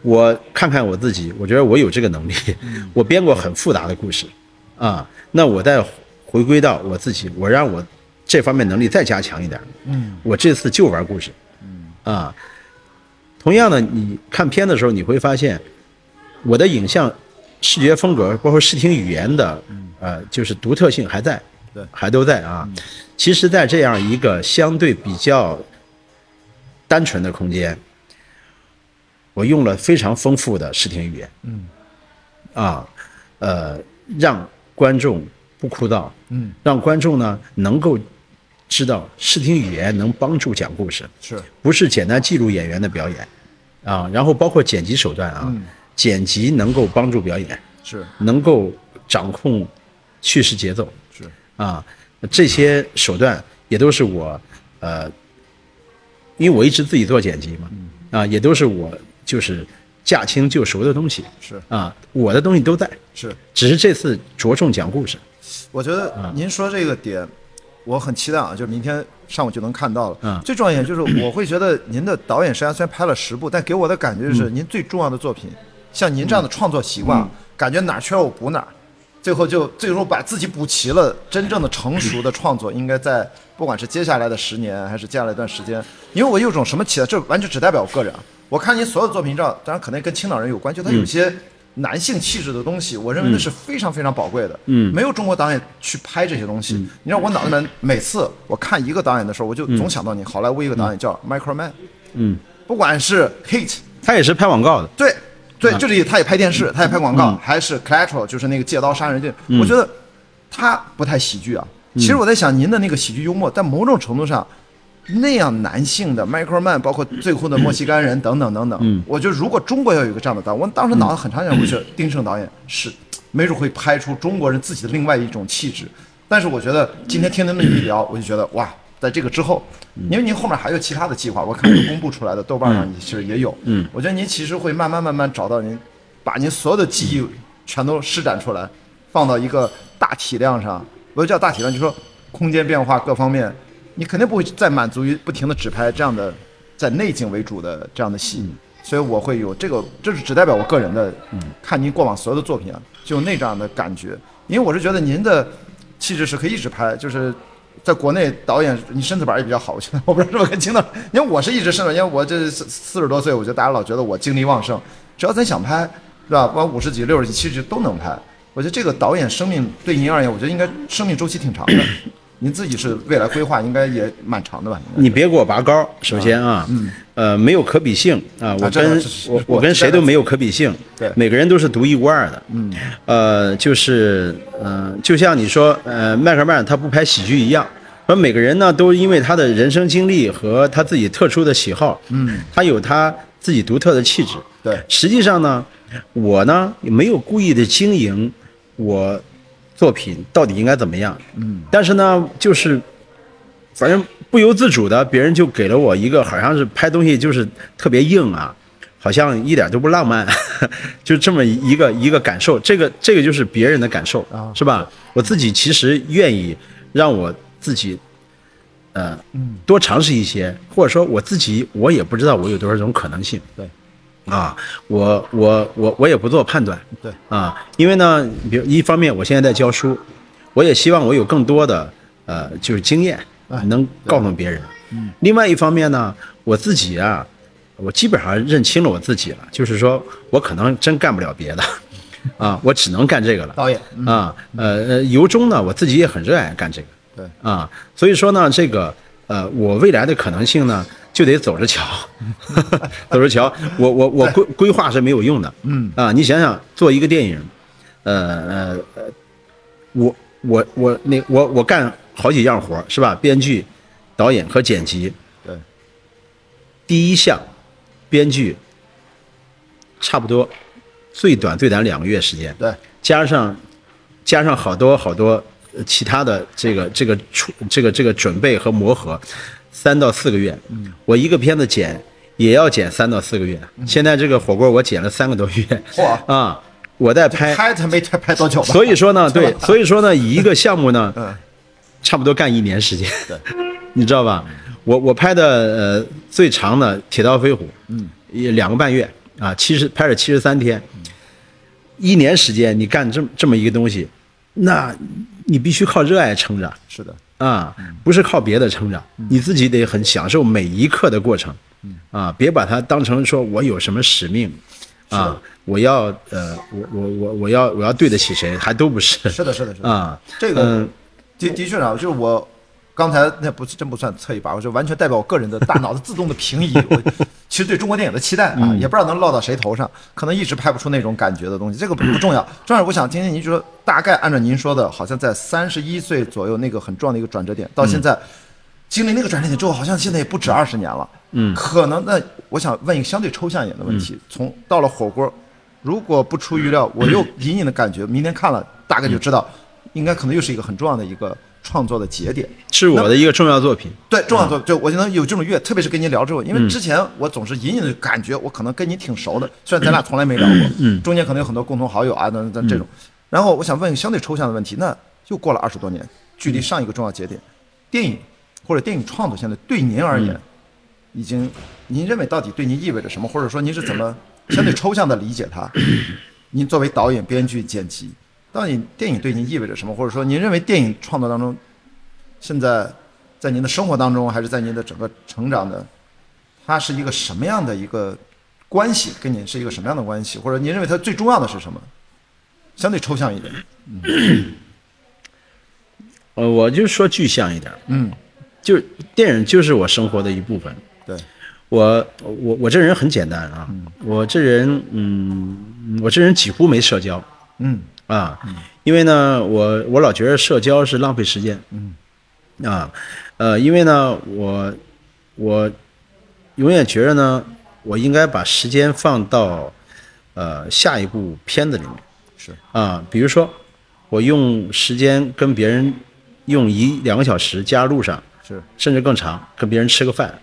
Speaker 1: 我看看我自己，我觉得我有这个能力，
Speaker 2: 嗯
Speaker 1: 我编过很复杂的故事，啊，那我再回归到我自己，我让我这方面能力再加强一点，
Speaker 2: 嗯
Speaker 1: 我这次就玩故事，啊，同样的，你看片的时候你会发现，我的影像、视觉风格，包括视听语言的，呃，就是独特性还在，
Speaker 2: 嗯对嗯
Speaker 1: 还都在啊。其实，在这样一个相对比较单纯的空间，我用了非常丰富的视听语言，
Speaker 2: 嗯
Speaker 1: 啊，呃，让观众不枯燥，
Speaker 2: 嗯，
Speaker 1: 让观众呢能够知道视听语言能帮助讲故事，
Speaker 2: 是
Speaker 1: 不是简单记录演员的表演，啊，然后包括剪辑手段啊，
Speaker 2: 嗯
Speaker 1: 剪辑能够帮助表演，
Speaker 2: 是
Speaker 1: 能够掌控叙事节奏
Speaker 2: 是，
Speaker 1: 啊，这些手段也都是我呃，因为我一直自己做剪辑嘛，啊，也都是我就是驾轻就熟的东西，
Speaker 2: 是
Speaker 1: 啊，我的东西都在，
Speaker 2: 是，
Speaker 1: 只是这次着重讲故事，
Speaker 2: 我觉得您说这个点，我很期待啊，就是明天上午就能看到了。
Speaker 1: 嗯
Speaker 2: 最重要一点就是，我会觉得您的导演生涯虽然拍了十部，但给我的感觉就是，您最重要的作品，像您这样的创作习惯，感觉哪儿缺我补哪儿，最后就最后把自己补齐了。真正的成熟的创作，应该在不管是接下来的十年，还是接下来一段时间，因为我有种什么期待，这完全只代表我个人啊。我看您所有的作品照，当然可能跟青岛人有关，就他有些男性气质的东西，我认为那是非常非常宝贵的。
Speaker 1: 嗯
Speaker 2: 没有中国导演去拍这些东西。你让我脑子里面每次我看一个导演的时候，我就总想到你好莱坞一个导演叫 Michael Mann，
Speaker 1: 嗯，
Speaker 2: 不管是 Hit，
Speaker 1: 他也是拍广告的，
Speaker 2: 对对，就是他也拍电视，他也拍广告，还是 Collateral，就是那个借刀杀人这，我觉得他不太喜剧啊。其实我在想，您的那个喜剧幽默，在某种程度上。那样男性的 Michael Mann，包括最后的墨西哥人等等等等，我觉得如果中国要有一个这样的导演，我当时脑子很长时间，我觉得丁晟导演是没准会拍出中国人自己的另外一种气质。但是我觉得今天听他们一聊，我就觉得哇，在这个之后，因为您后面还有其他的计划，我看有公布出来的，豆瓣上其实也有。嗯嗯，我觉得您其实会慢慢慢慢找到您，把您所有的记忆全都施展出来，放到一个大体量上，不叫大体量，就说空间变化各方面，你肯定不会再满足于不停的只拍这样的在内景为主的这样的戏。所以我会有这个，这是只代表我个人的，看您过往所有的作品啊，就有那这样的感觉。因为我是觉得您的气质是可以一直拍，就是在国内导演你身子板儿也比较好，我觉得我不知道是不是跟青岛，因为我是一直身子板，因为我这四四十多岁，我觉得大家老觉得我精力旺盛，只要咱想拍，对吧？不管五十几、六十几、七十几都能拍。我觉得这个导演生命对您而言，我觉得应该生命周期挺长的。您自己是未来规划应该也蛮长的吧？应该
Speaker 1: 你别给我拔高，首先啊，呃，没有可比性啊，我
Speaker 2: 嗯这个
Speaker 1: 跟
Speaker 2: 是是
Speaker 1: 我
Speaker 2: 我
Speaker 1: 我跟
Speaker 2: 知道
Speaker 1: 谁都没有可比性，
Speaker 2: 对
Speaker 1: 每个人都是独一无二的，嗯，呃，就是呃，就像你说，呃，迈克尔曼他不拍喜剧一样，而每个人呢，都因为他的人生经历和他自己特殊的喜好，嗯，他有他自己独特的气质，
Speaker 2: 对
Speaker 1: 实际上呢，我呢也没有故意的经营我作品到底应该怎么样，嗯，但是呢，就是反正不由自主的，别人就给了我一个好像是拍东西就是特别硬啊，好像一点都不浪漫， 就这么一个一个感受。这个这个就是别人的感受
Speaker 2: 啊，
Speaker 1: 是吧？我自己其实愿意让我自己，呃，多尝试一些，或者说我自己我也不知道我有多少种可能性。
Speaker 2: 对
Speaker 1: 啊，我我我我也不做判断。
Speaker 2: 对
Speaker 1: 啊，因为呢，比如一方面我现在在教书，我也希望我有更多的呃就是经验
Speaker 2: 哎，嗯
Speaker 1: 能告诉别人。另外一方面呢，我自己啊，我基本上认清了我自己了，就是说我可能真干不了别的， 啊，我只能干这个了。
Speaker 2: 导演，
Speaker 1: 啊，呃呃，由衷呢，我自己也很热爱干这个。
Speaker 2: 对
Speaker 1: 啊，所以说呢，这个呃，我未来的可能性呢，就得走着瞧， 走着瞧。我我我规规划是没有用的。嗯啊，你想想，做一个电影，呃呃呃，我我我那我我干好几样活儿是吧？编剧、导演和剪辑。
Speaker 2: 对，
Speaker 1: 第一项，编剧，差不多最短最短两个月时间。
Speaker 2: 对，
Speaker 1: 加上加上好多好多呃其他的这个这个出这个这个准备和磨合，三到四个月。我一个片子剪也要剪三到四个月。现在这个火锅我剪了三个多月。
Speaker 2: 嚯
Speaker 1: 啊，我在拍，
Speaker 2: 拍他没拍拍多久吧？
Speaker 1: 所以说呢，对，所以说呢，以一个项目呢，
Speaker 2: 嗯
Speaker 1: 差不多干一年时间， 你知道吧？我我拍的呃最长的《铁道飞虎》，嗯，也两个半月啊，七十拍了七十三天，一年时间你干这么这么一个东西，那你必须靠热爱撑着
Speaker 2: 是的，
Speaker 1: 啊，不是靠别的撑着，你自己得很享受每一刻的过程，啊，别把它当成说我有什么使命。啊，我要呃，我我我我要我要对得起谁，还都不是。
Speaker 2: 是的，是的，是的。
Speaker 1: 啊，
Speaker 2: 这个
Speaker 1: 嗯，
Speaker 2: 的的确啊，就是我刚才那不是真不算侧一把，我就完全代表我个人的大脑的自动的平移。我其实对中国电影的期待啊，也不知道能落到谁头上，可能一直拍不出那种感觉的东西。这个不不重要，重要是我想听听您就说，大概按照您说的，好像在三十一岁左右那个很重要的一个转折点，到现在。经历那个转折点之后，好像现在也不止二十年了。嗯，可能那我想问一个相对抽象一点的问题：从到了火锅，如果不出预料，我又隐隐的感觉，明天看了大概就知道，应该可能又是一个很重要的一个创作的节点。
Speaker 1: 是我的一个重要作品。
Speaker 2: 对，重要作就我就能有这种乐，特别是跟您聊之后，因为之前我总是隐隐的感觉，我可能跟你挺熟的，虽然咱俩从来没聊过，嗯，中间可能有很多共同好友啊，等等这种。然后我想问一个相对抽象的问题：那又过了二十多年，距离上一个重要节点，电影或者电影创作现在对您而言，已经您认为到底对您意味着什么，或者说您是怎么 相对抽象的理解它？您作为导演、编剧、剪辑，到底电影对您意味着什么，或者说您认为电影创作当中，现在在您的生活当中，还是在您的整个成长的，它是一个什么样的一个关系，跟您是一个什么样的关系，或者您认为它最重要的是什么？相对抽象一点，
Speaker 1: 呃，我就说具象一点，
Speaker 2: 嗯，
Speaker 1: 就电影就是我生活的一部分。
Speaker 2: 对，
Speaker 1: 我我我这人很简单啊，我这人嗯，我这人几乎没社交
Speaker 2: 嗯
Speaker 1: 啊，因为呢，我我老觉得社交是浪费时间，
Speaker 2: 嗯
Speaker 1: 啊，呃，因为呢，我我永远觉着呢，我应该把时间放到呃下一部片子里面。
Speaker 2: 是，
Speaker 1: 啊，比如说我用时间跟别人用一两个小时加路上，
Speaker 2: 是
Speaker 1: 甚至更长，跟别人吃个饭，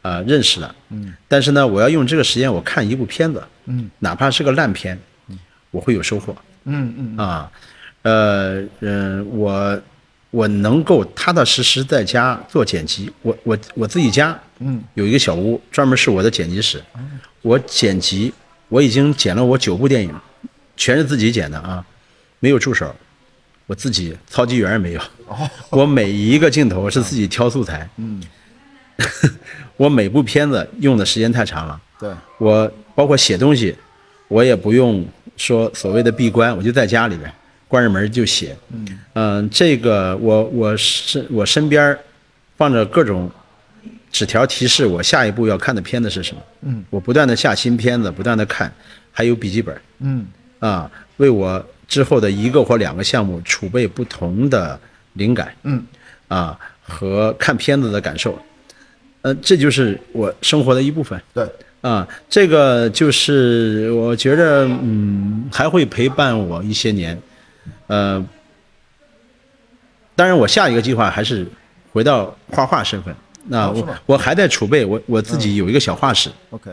Speaker 1: 啊、认识了，嗯，但是呢，我要用这个时间我看一部片子，
Speaker 2: 嗯，
Speaker 1: 哪怕是个烂片，我会有收获
Speaker 2: 嗯嗯
Speaker 1: 啊，呃嗯、呃，我我能够踏踏实实在家做剪辑，我我我自己家，
Speaker 2: 嗯，
Speaker 1: 有一个小屋，专门是我的剪辑室，我剪辑，我已经剪了我九部电影，全是自己剪的啊，没有助手，我自己操机员也没有，
Speaker 2: 哦
Speaker 1: 我每一个镜头是自己挑素材，
Speaker 2: 嗯，
Speaker 1: 我每部片子用的时间太长了，
Speaker 2: 对，
Speaker 1: 我包括写东西，我也不用说所谓的闭关，我就在家里边关着门就写。嗯、这个我我身我身边放着各种纸条提示我下一步要看的片子是什么。
Speaker 2: 嗯，
Speaker 1: 我不断的下新片子，不断的看，还有笔记本
Speaker 2: 嗯
Speaker 1: 啊，为我之后的一个或两个项目储备不同的灵感。
Speaker 2: 嗯
Speaker 1: 啊和看片子的感受，呃，这就是我生活的一部分
Speaker 2: 对，
Speaker 1: 啊。这个就是我觉着，嗯，还会陪伴我一些年，呃，当然我下一个计划还是回到画画身份。那
Speaker 2: 哦是
Speaker 1: 我
Speaker 2: 吗
Speaker 1: 我还在储备，我我自己有一个小画室，
Speaker 2: OK，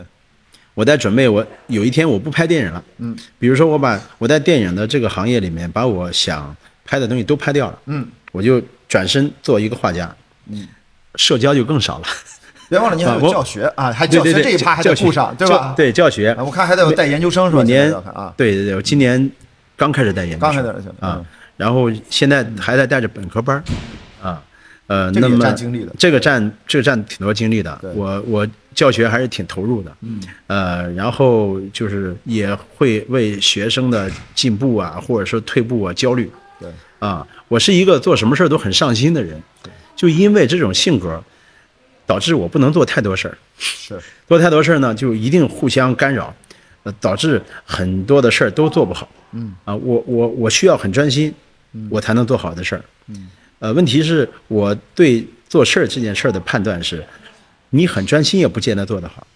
Speaker 1: 我在准备我有一天我不拍电影了，
Speaker 2: 嗯，
Speaker 1: 比如说我把我在电影的这个行业里面把我想拍的东西都拍掉了，
Speaker 2: 嗯，
Speaker 1: 我就转身做一个画家，
Speaker 2: 嗯，
Speaker 1: 社交就更少了。
Speaker 2: 别忘了您还
Speaker 1: 啊
Speaker 2: 有
Speaker 1: 我
Speaker 2: 教学啊，还
Speaker 1: 对
Speaker 2: 教
Speaker 1: 对对，
Speaker 2: 学这一趴还
Speaker 1: 教
Speaker 2: 在
Speaker 1: 学
Speaker 2: 顾上，对
Speaker 1: 教
Speaker 2: 吧？
Speaker 1: 对教学
Speaker 2: 啊，我看还得有带研究生是吧？
Speaker 1: 每
Speaker 2: 现
Speaker 1: 年
Speaker 2: 在要看啊，
Speaker 1: 对对对，我今年刚开始带研究生，
Speaker 2: 刚开始带研究生
Speaker 1: 啊
Speaker 2: 嗯，
Speaker 1: 然后现在还在带着本科班儿啊，呃，
Speaker 2: 这个
Speaker 1: 那
Speaker 2: 也
Speaker 1: 么
Speaker 2: 占精力的
Speaker 1: 这个占这个占挺多精力的
Speaker 2: 对，
Speaker 1: 我我教学还是挺投入的，嗯，呃，然后就是也会为学生的进步啊，或者说退步啊焦虑，
Speaker 2: 对，
Speaker 1: 啊，我是一个做什么事儿都很上心的人，就因为这种性格，导致我不能做太多事儿。
Speaker 2: 是，
Speaker 1: 做太多事儿呢，就一定互相干扰，呃，导致很多的事儿都做不好。
Speaker 2: 嗯，
Speaker 1: 啊，我我我需要很专心，我才能做好的事儿。嗯，呃，问题是我对做事儿这件事儿的判断是，你很专心也不见得做得好。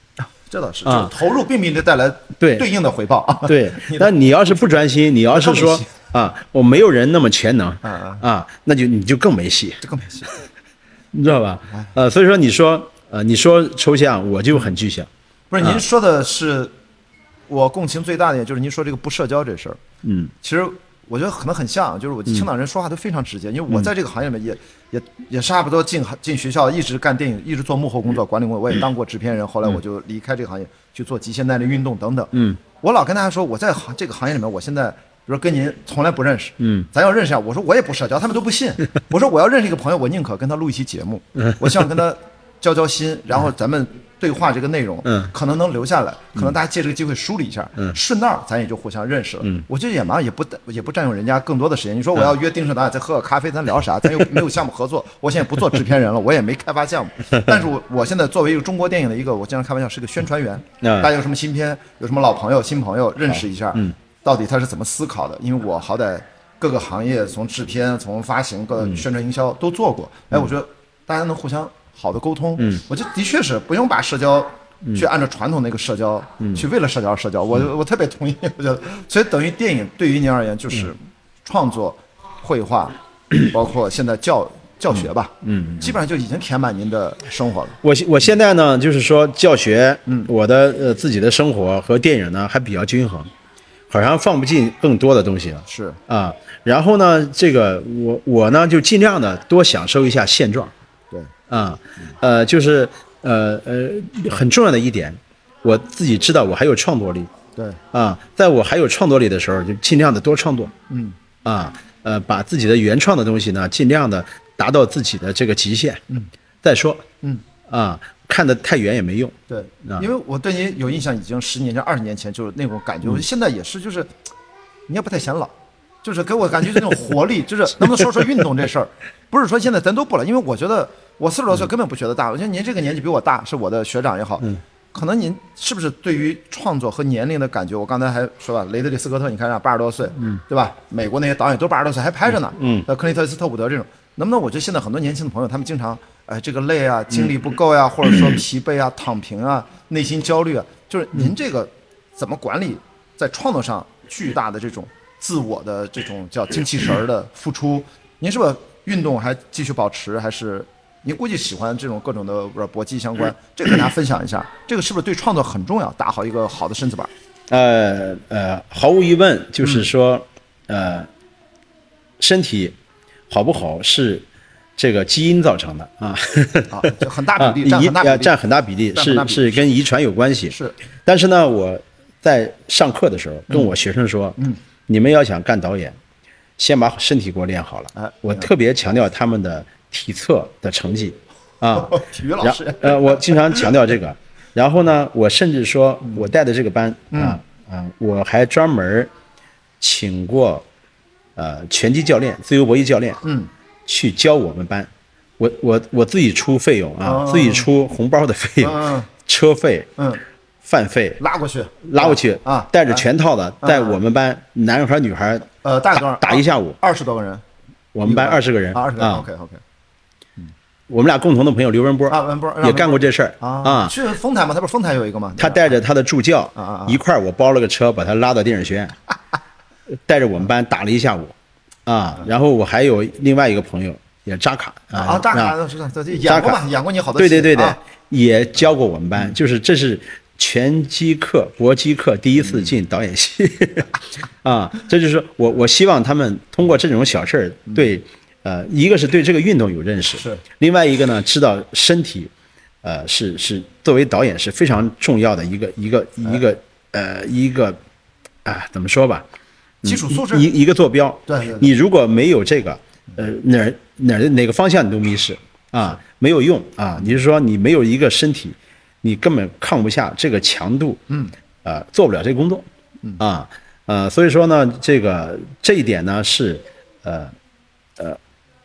Speaker 2: 这倒是，就
Speaker 1: 啊
Speaker 2: 是投入并不一定带来
Speaker 1: 对
Speaker 2: 对应的回报啊。
Speaker 1: 对
Speaker 2: 你，的
Speaker 1: 那你要是不专心，你要是
Speaker 2: 更没
Speaker 1: 说
Speaker 2: 戏
Speaker 1: 啊，我没有人那么全能
Speaker 2: 啊啊
Speaker 1: 啊，那就你就更没戏。
Speaker 2: 这更没戏。
Speaker 1: 你知道吧？
Speaker 2: 啊
Speaker 1: 呃，所以说你说呃，你说抽象，我就很具象。
Speaker 2: 不是
Speaker 1: 嗯
Speaker 2: 您说的是，我共情最大的，也就是您说这个不社交这事儿。
Speaker 1: 嗯
Speaker 2: 其实我觉得可能很像，啊就是我青岛人说话都非常直接，因
Speaker 1: 嗯
Speaker 2: 为我在这个行业里面也、也也差不多进行进学校，一直干电影，一直做幕后工作、
Speaker 1: 嗯
Speaker 2: 管理工作，我也当过制片人，后来我就离开这个行业去做极限耐力运动等等。
Speaker 1: 嗯，
Speaker 2: 我老跟大家说我在行这个行业里面，我现在。比如说跟您从来不认识，
Speaker 1: 嗯，
Speaker 2: 咱要认识一下。我说我也不社交，他们都 不信。我说我要认识一个朋友，我宁可跟他录一期节目，
Speaker 1: 嗯
Speaker 2: 我希望跟他交交心，然后咱们对话这个内容，
Speaker 1: 嗯
Speaker 2: 可能能留下来，可能大家借这个机会梳理一下，嗯，顺道咱也就互相认识了。嗯，我觉得也蛮也不也不占用人家更多的时间。你说我要约丁胜咱俩再喝个咖啡，咱聊啥？ 咱又没有项目合作，我现在不做制片人了，我也没开发 项目，但是我我现在作为一个中国电影的一个，我经常开玩笑是个宣传员，
Speaker 1: 嗯
Speaker 2: 大家有什么新片，有什么老朋友、新朋友认识一下，嗯，到底他是怎么思考的？因为我好歹各个行业从制片、从发行、各宣传营销嗯
Speaker 1: 嗯
Speaker 2: 都做过，哎，我觉得大家能互相好的沟通，嗯，我觉得的确是不用把社交去按照传统那个社交，
Speaker 1: 嗯
Speaker 2: 去为了社交而社交。我我特别同意，我觉得，所以等于电影对于您而言就是
Speaker 1: 嗯
Speaker 2: 创作、绘画，包括现在教教学吧，
Speaker 1: 嗯，
Speaker 2: 基本上就已经填满您的生活了。
Speaker 1: 我我现在呢，就是说教学，嗯，我的呃自己的生活和电影呢还比较均衡，好像放不进更多的东西了
Speaker 2: 是，
Speaker 1: 啊。然后呢，这个我我呢就尽量的多享受一下现状，
Speaker 2: 对，
Speaker 1: 啊，呃，就是呃呃很重要的一点，我自己知道我还有创作力
Speaker 2: 对，
Speaker 1: 啊，在我还有创作力的时候，就尽量的多创作
Speaker 2: 嗯
Speaker 1: 啊，呃，把自己的原创的东西呢，尽量的达到自己的这个极限。
Speaker 2: 嗯，
Speaker 1: 再说
Speaker 2: 嗯，
Speaker 1: 啊，看得太远也没用。
Speaker 2: 对
Speaker 1: 啊，
Speaker 2: 因为我对您有印象，已经十年前、二十年前就是那种感
Speaker 1: 嗯
Speaker 2: 觉，我现在也是，就是你也不太显老，就是给我感觉就那种活力， 就是能不能说说运动这事儿？ 不是说现在咱都不了，因为我觉得我四十多岁根本不觉得大，我觉得您这个年纪比我大，是我的学长也好，可能您是不是对于创作和年龄的感觉？我刚才还说吧，雷德利·斯科特，你看啊，八十多岁，对吧？美国那些导演都八十多岁还拍着呢，
Speaker 1: 嗯，
Speaker 2: 呃，克林特·伊斯特伍德这种，能不能？我觉得现在很多年轻的朋友，他们经常，哎，这个累啊，精力不够呀、或者说疲惫啊、躺平啊、内心焦虑啊，就是您这个怎么管理在创作上巨大的这种自我的这种叫精气神儿的 付出？您是不是运动还继续保持，还是您估计喜欢这种各种的呃搏击相 关？这个跟大家分享一下，这个是不是对创作很重要？打好一个好的身子板儿。
Speaker 1: 呃呃，毫无疑问，就是说，
Speaker 2: 嗯
Speaker 1: 呃，身体好不好是这个基因造成的啊，
Speaker 2: 啊，就很大
Speaker 1: 啊，
Speaker 2: 比例，占
Speaker 1: 遗
Speaker 2: 很大
Speaker 1: 呃
Speaker 2: 比
Speaker 1: 占
Speaker 2: 例，
Speaker 1: 很大比例，
Speaker 2: 占很
Speaker 1: 是
Speaker 2: 大比例
Speaker 1: 是跟遗传有关系。
Speaker 2: 是，
Speaker 1: 但是呢，我在上课的时候
Speaker 2: 嗯
Speaker 1: 跟我学生说，你们要想干导演，先把身体给我练好了。
Speaker 2: 哎
Speaker 1: 我特别强调他们的体测的成绩啊，
Speaker 2: 体育老
Speaker 1: 然
Speaker 2: 师，
Speaker 1: 呃，我经常强调这个。然后呢，我甚至说，我带的这个班
Speaker 2: 嗯
Speaker 1: 啊啊，我还专门请过呃拳击教练、自由搏击教练，
Speaker 2: 嗯，
Speaker 1: 去教我们班。我我我自己出费用啊，
Speaker 2: 哦
Speaker 1: 自己出红包的费用、
Speaker 2: 嗯
Speaker 1: 车费、
Speaker 2: 嗯，
Speaker 1: 饭费，
Speaker 2: 拉过去，
Speaker 1: 拉过去
Speaker 2: 啊
Speaker 1: 带着全套的，带我们班男孩女孩
Speaker 2: 呃，大概多少？
Speaker 1: 打一下午，
Speaker 2: 二十多个人，
Speaker 1: 我们班二十个人
Speaker 2: 二十个
Speaker 1: 啊
Speaker 2: ，OK OK，
Speaker 1: 我们俩共同的朋友刘文波
Speaker 2: 啊文波
Speaker 1: 也干过这事儿
Speaker 2: 啊，去丰台嘛，他不是丰台有一个吗？
Speaker 1: 他带着他的助教
Speaker 2: 啊啊啊
Speaker 1: 一块儿，我包了个车把他拉到电影学 院，带着我们班打了一下午，啊，然后我还有另外一个朋友也扎卡
Speaker 2: 啊，大
Speaker 1: 啊
Speaker 2: 概是这这演过嘛，演过你好多啊
Speaker 1: 对对对
Speaker 2: 对
Speaker 1: 对，也教过我们
Speaker 2: 嗯
Speaker 1: 班，就是这是拳击课、搏击课第一
Speaker 2: 嗯
Speaker 1: 次进导演系， 啊，这就是我我希望他们通过这种小事儿对，呃，一个是对这个运动有认识，
Speaker 2: 嗯是，
Speaker 1: 另外一个呢，知道身体，呃，是是作为导演是非常重要的一个一个一个
Speaker 2: 哎
Speaker 1: 呃一个，啊，怎么说吧，
Speaker 2: 基础素质
Speaker 1: 嗯一一个坐标。
Speaker 2: 对对对
Speaker 1: 你如果没有这个，呃，哪儿哪儿哪个方向你都迷失啊，没有用啊。你是说你没有一个身体，你根本抗不下这个强度，嗯，呃，做不了这个工作，
Speaker 2: 嗯
Speaker 1: 啊，呃，所以说呢，这个这一点呢是，呃，呃，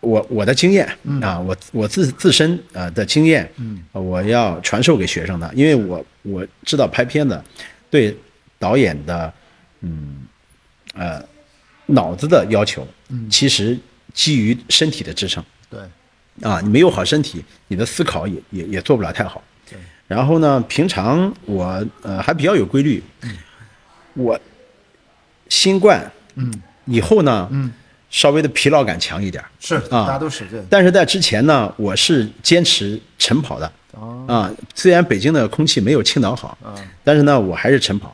Speaker 1: 我我的经验
Speaker 2: 嗯
Speaker 1: 啊，我我自自身啊的经验，呃我要传授给学生的，因为我我知道拍片子对导演的，嗯，呃，脑子的要求，
Speaker 2: 嗯
Speaker 1: 其实基于身体的支撑
Speaker 2: 对，
Speaker 1: 啊，你没有好身体，你的思考也也也做不了太好。然后呢，平常我呃还比较有规律，我新冠
Speaker 2: 嗯
Speaker 1: 以后呢，
Speaker 2: 嗯
Speaker 1: 稍微的疲劳感强一点儿，
Speaker 2: 是，
Speaker 1: 啊
Speaker 2: 大家都使劲
Speaker 1: 但是在之前呢，我是坚持晨跑的
Speaker 2: 啊
Speaker 1: 啊。虽然北京的空气没有青岛好，
Speaker 2: 啊，嗯
Speaker 1: 但是呢，我还是晨跑。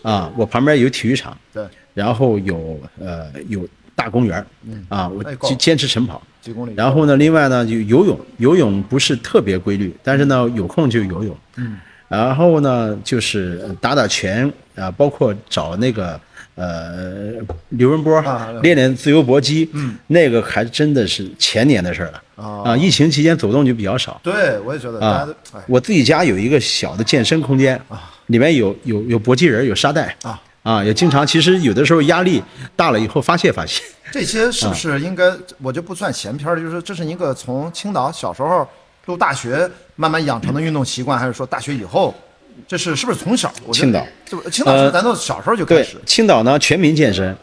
Speaker 1: 啊，我旁边有体育场，
Speaker 2: 对，
Speaker 1: 然后有呃有大公园儿啊，我
Speaker 2: 哎够
Speaker 1: 坚坚持晨跑。
Speaker 2: 几公里，
Speaker 1: 然后呢，另外呢就游泳，游泳不是特别规律，但是
Speaker 2: 嗯
Speaker 1: 呢有空就游泳。嗯。然后呢，就是打打拳啊，包括找那个呃刘文波、
Speaker 2: 啊
Speaker 1: 练练自由搏击。嗯。那个还真的是前年的事儿了。
Speaker 2: 哦
Speaker 1: 啊，疫情期间走动就比较少。
Speaker 2: 对我也觉得大家
Speaker 1: 啊
Speaker 2: 都哎，
Speaker 1: 我自己家有一个小的健身空间，里面有有有搏击人，有沙袋
Speaker 2: 啊
Speaker 1: 啊，也经常其实有的时候压力大了以后发泄发泄。
Speaker 2: 这些
Speaker 1: 啊
Speaker 2: 是不是应该我就不算闲篇儿，就是这是一个从青岛小时候读大学慢慢养成的运动习惯，还是说大学以后？这是是不是从小？我觉得
Speaker 1: 青岛，呃
Speaker 2: 这不青岛是不是咱都小时候就开
Speaker 1: 对
Speaker 2: 始，
Speaker 1: 青岛呢全民健身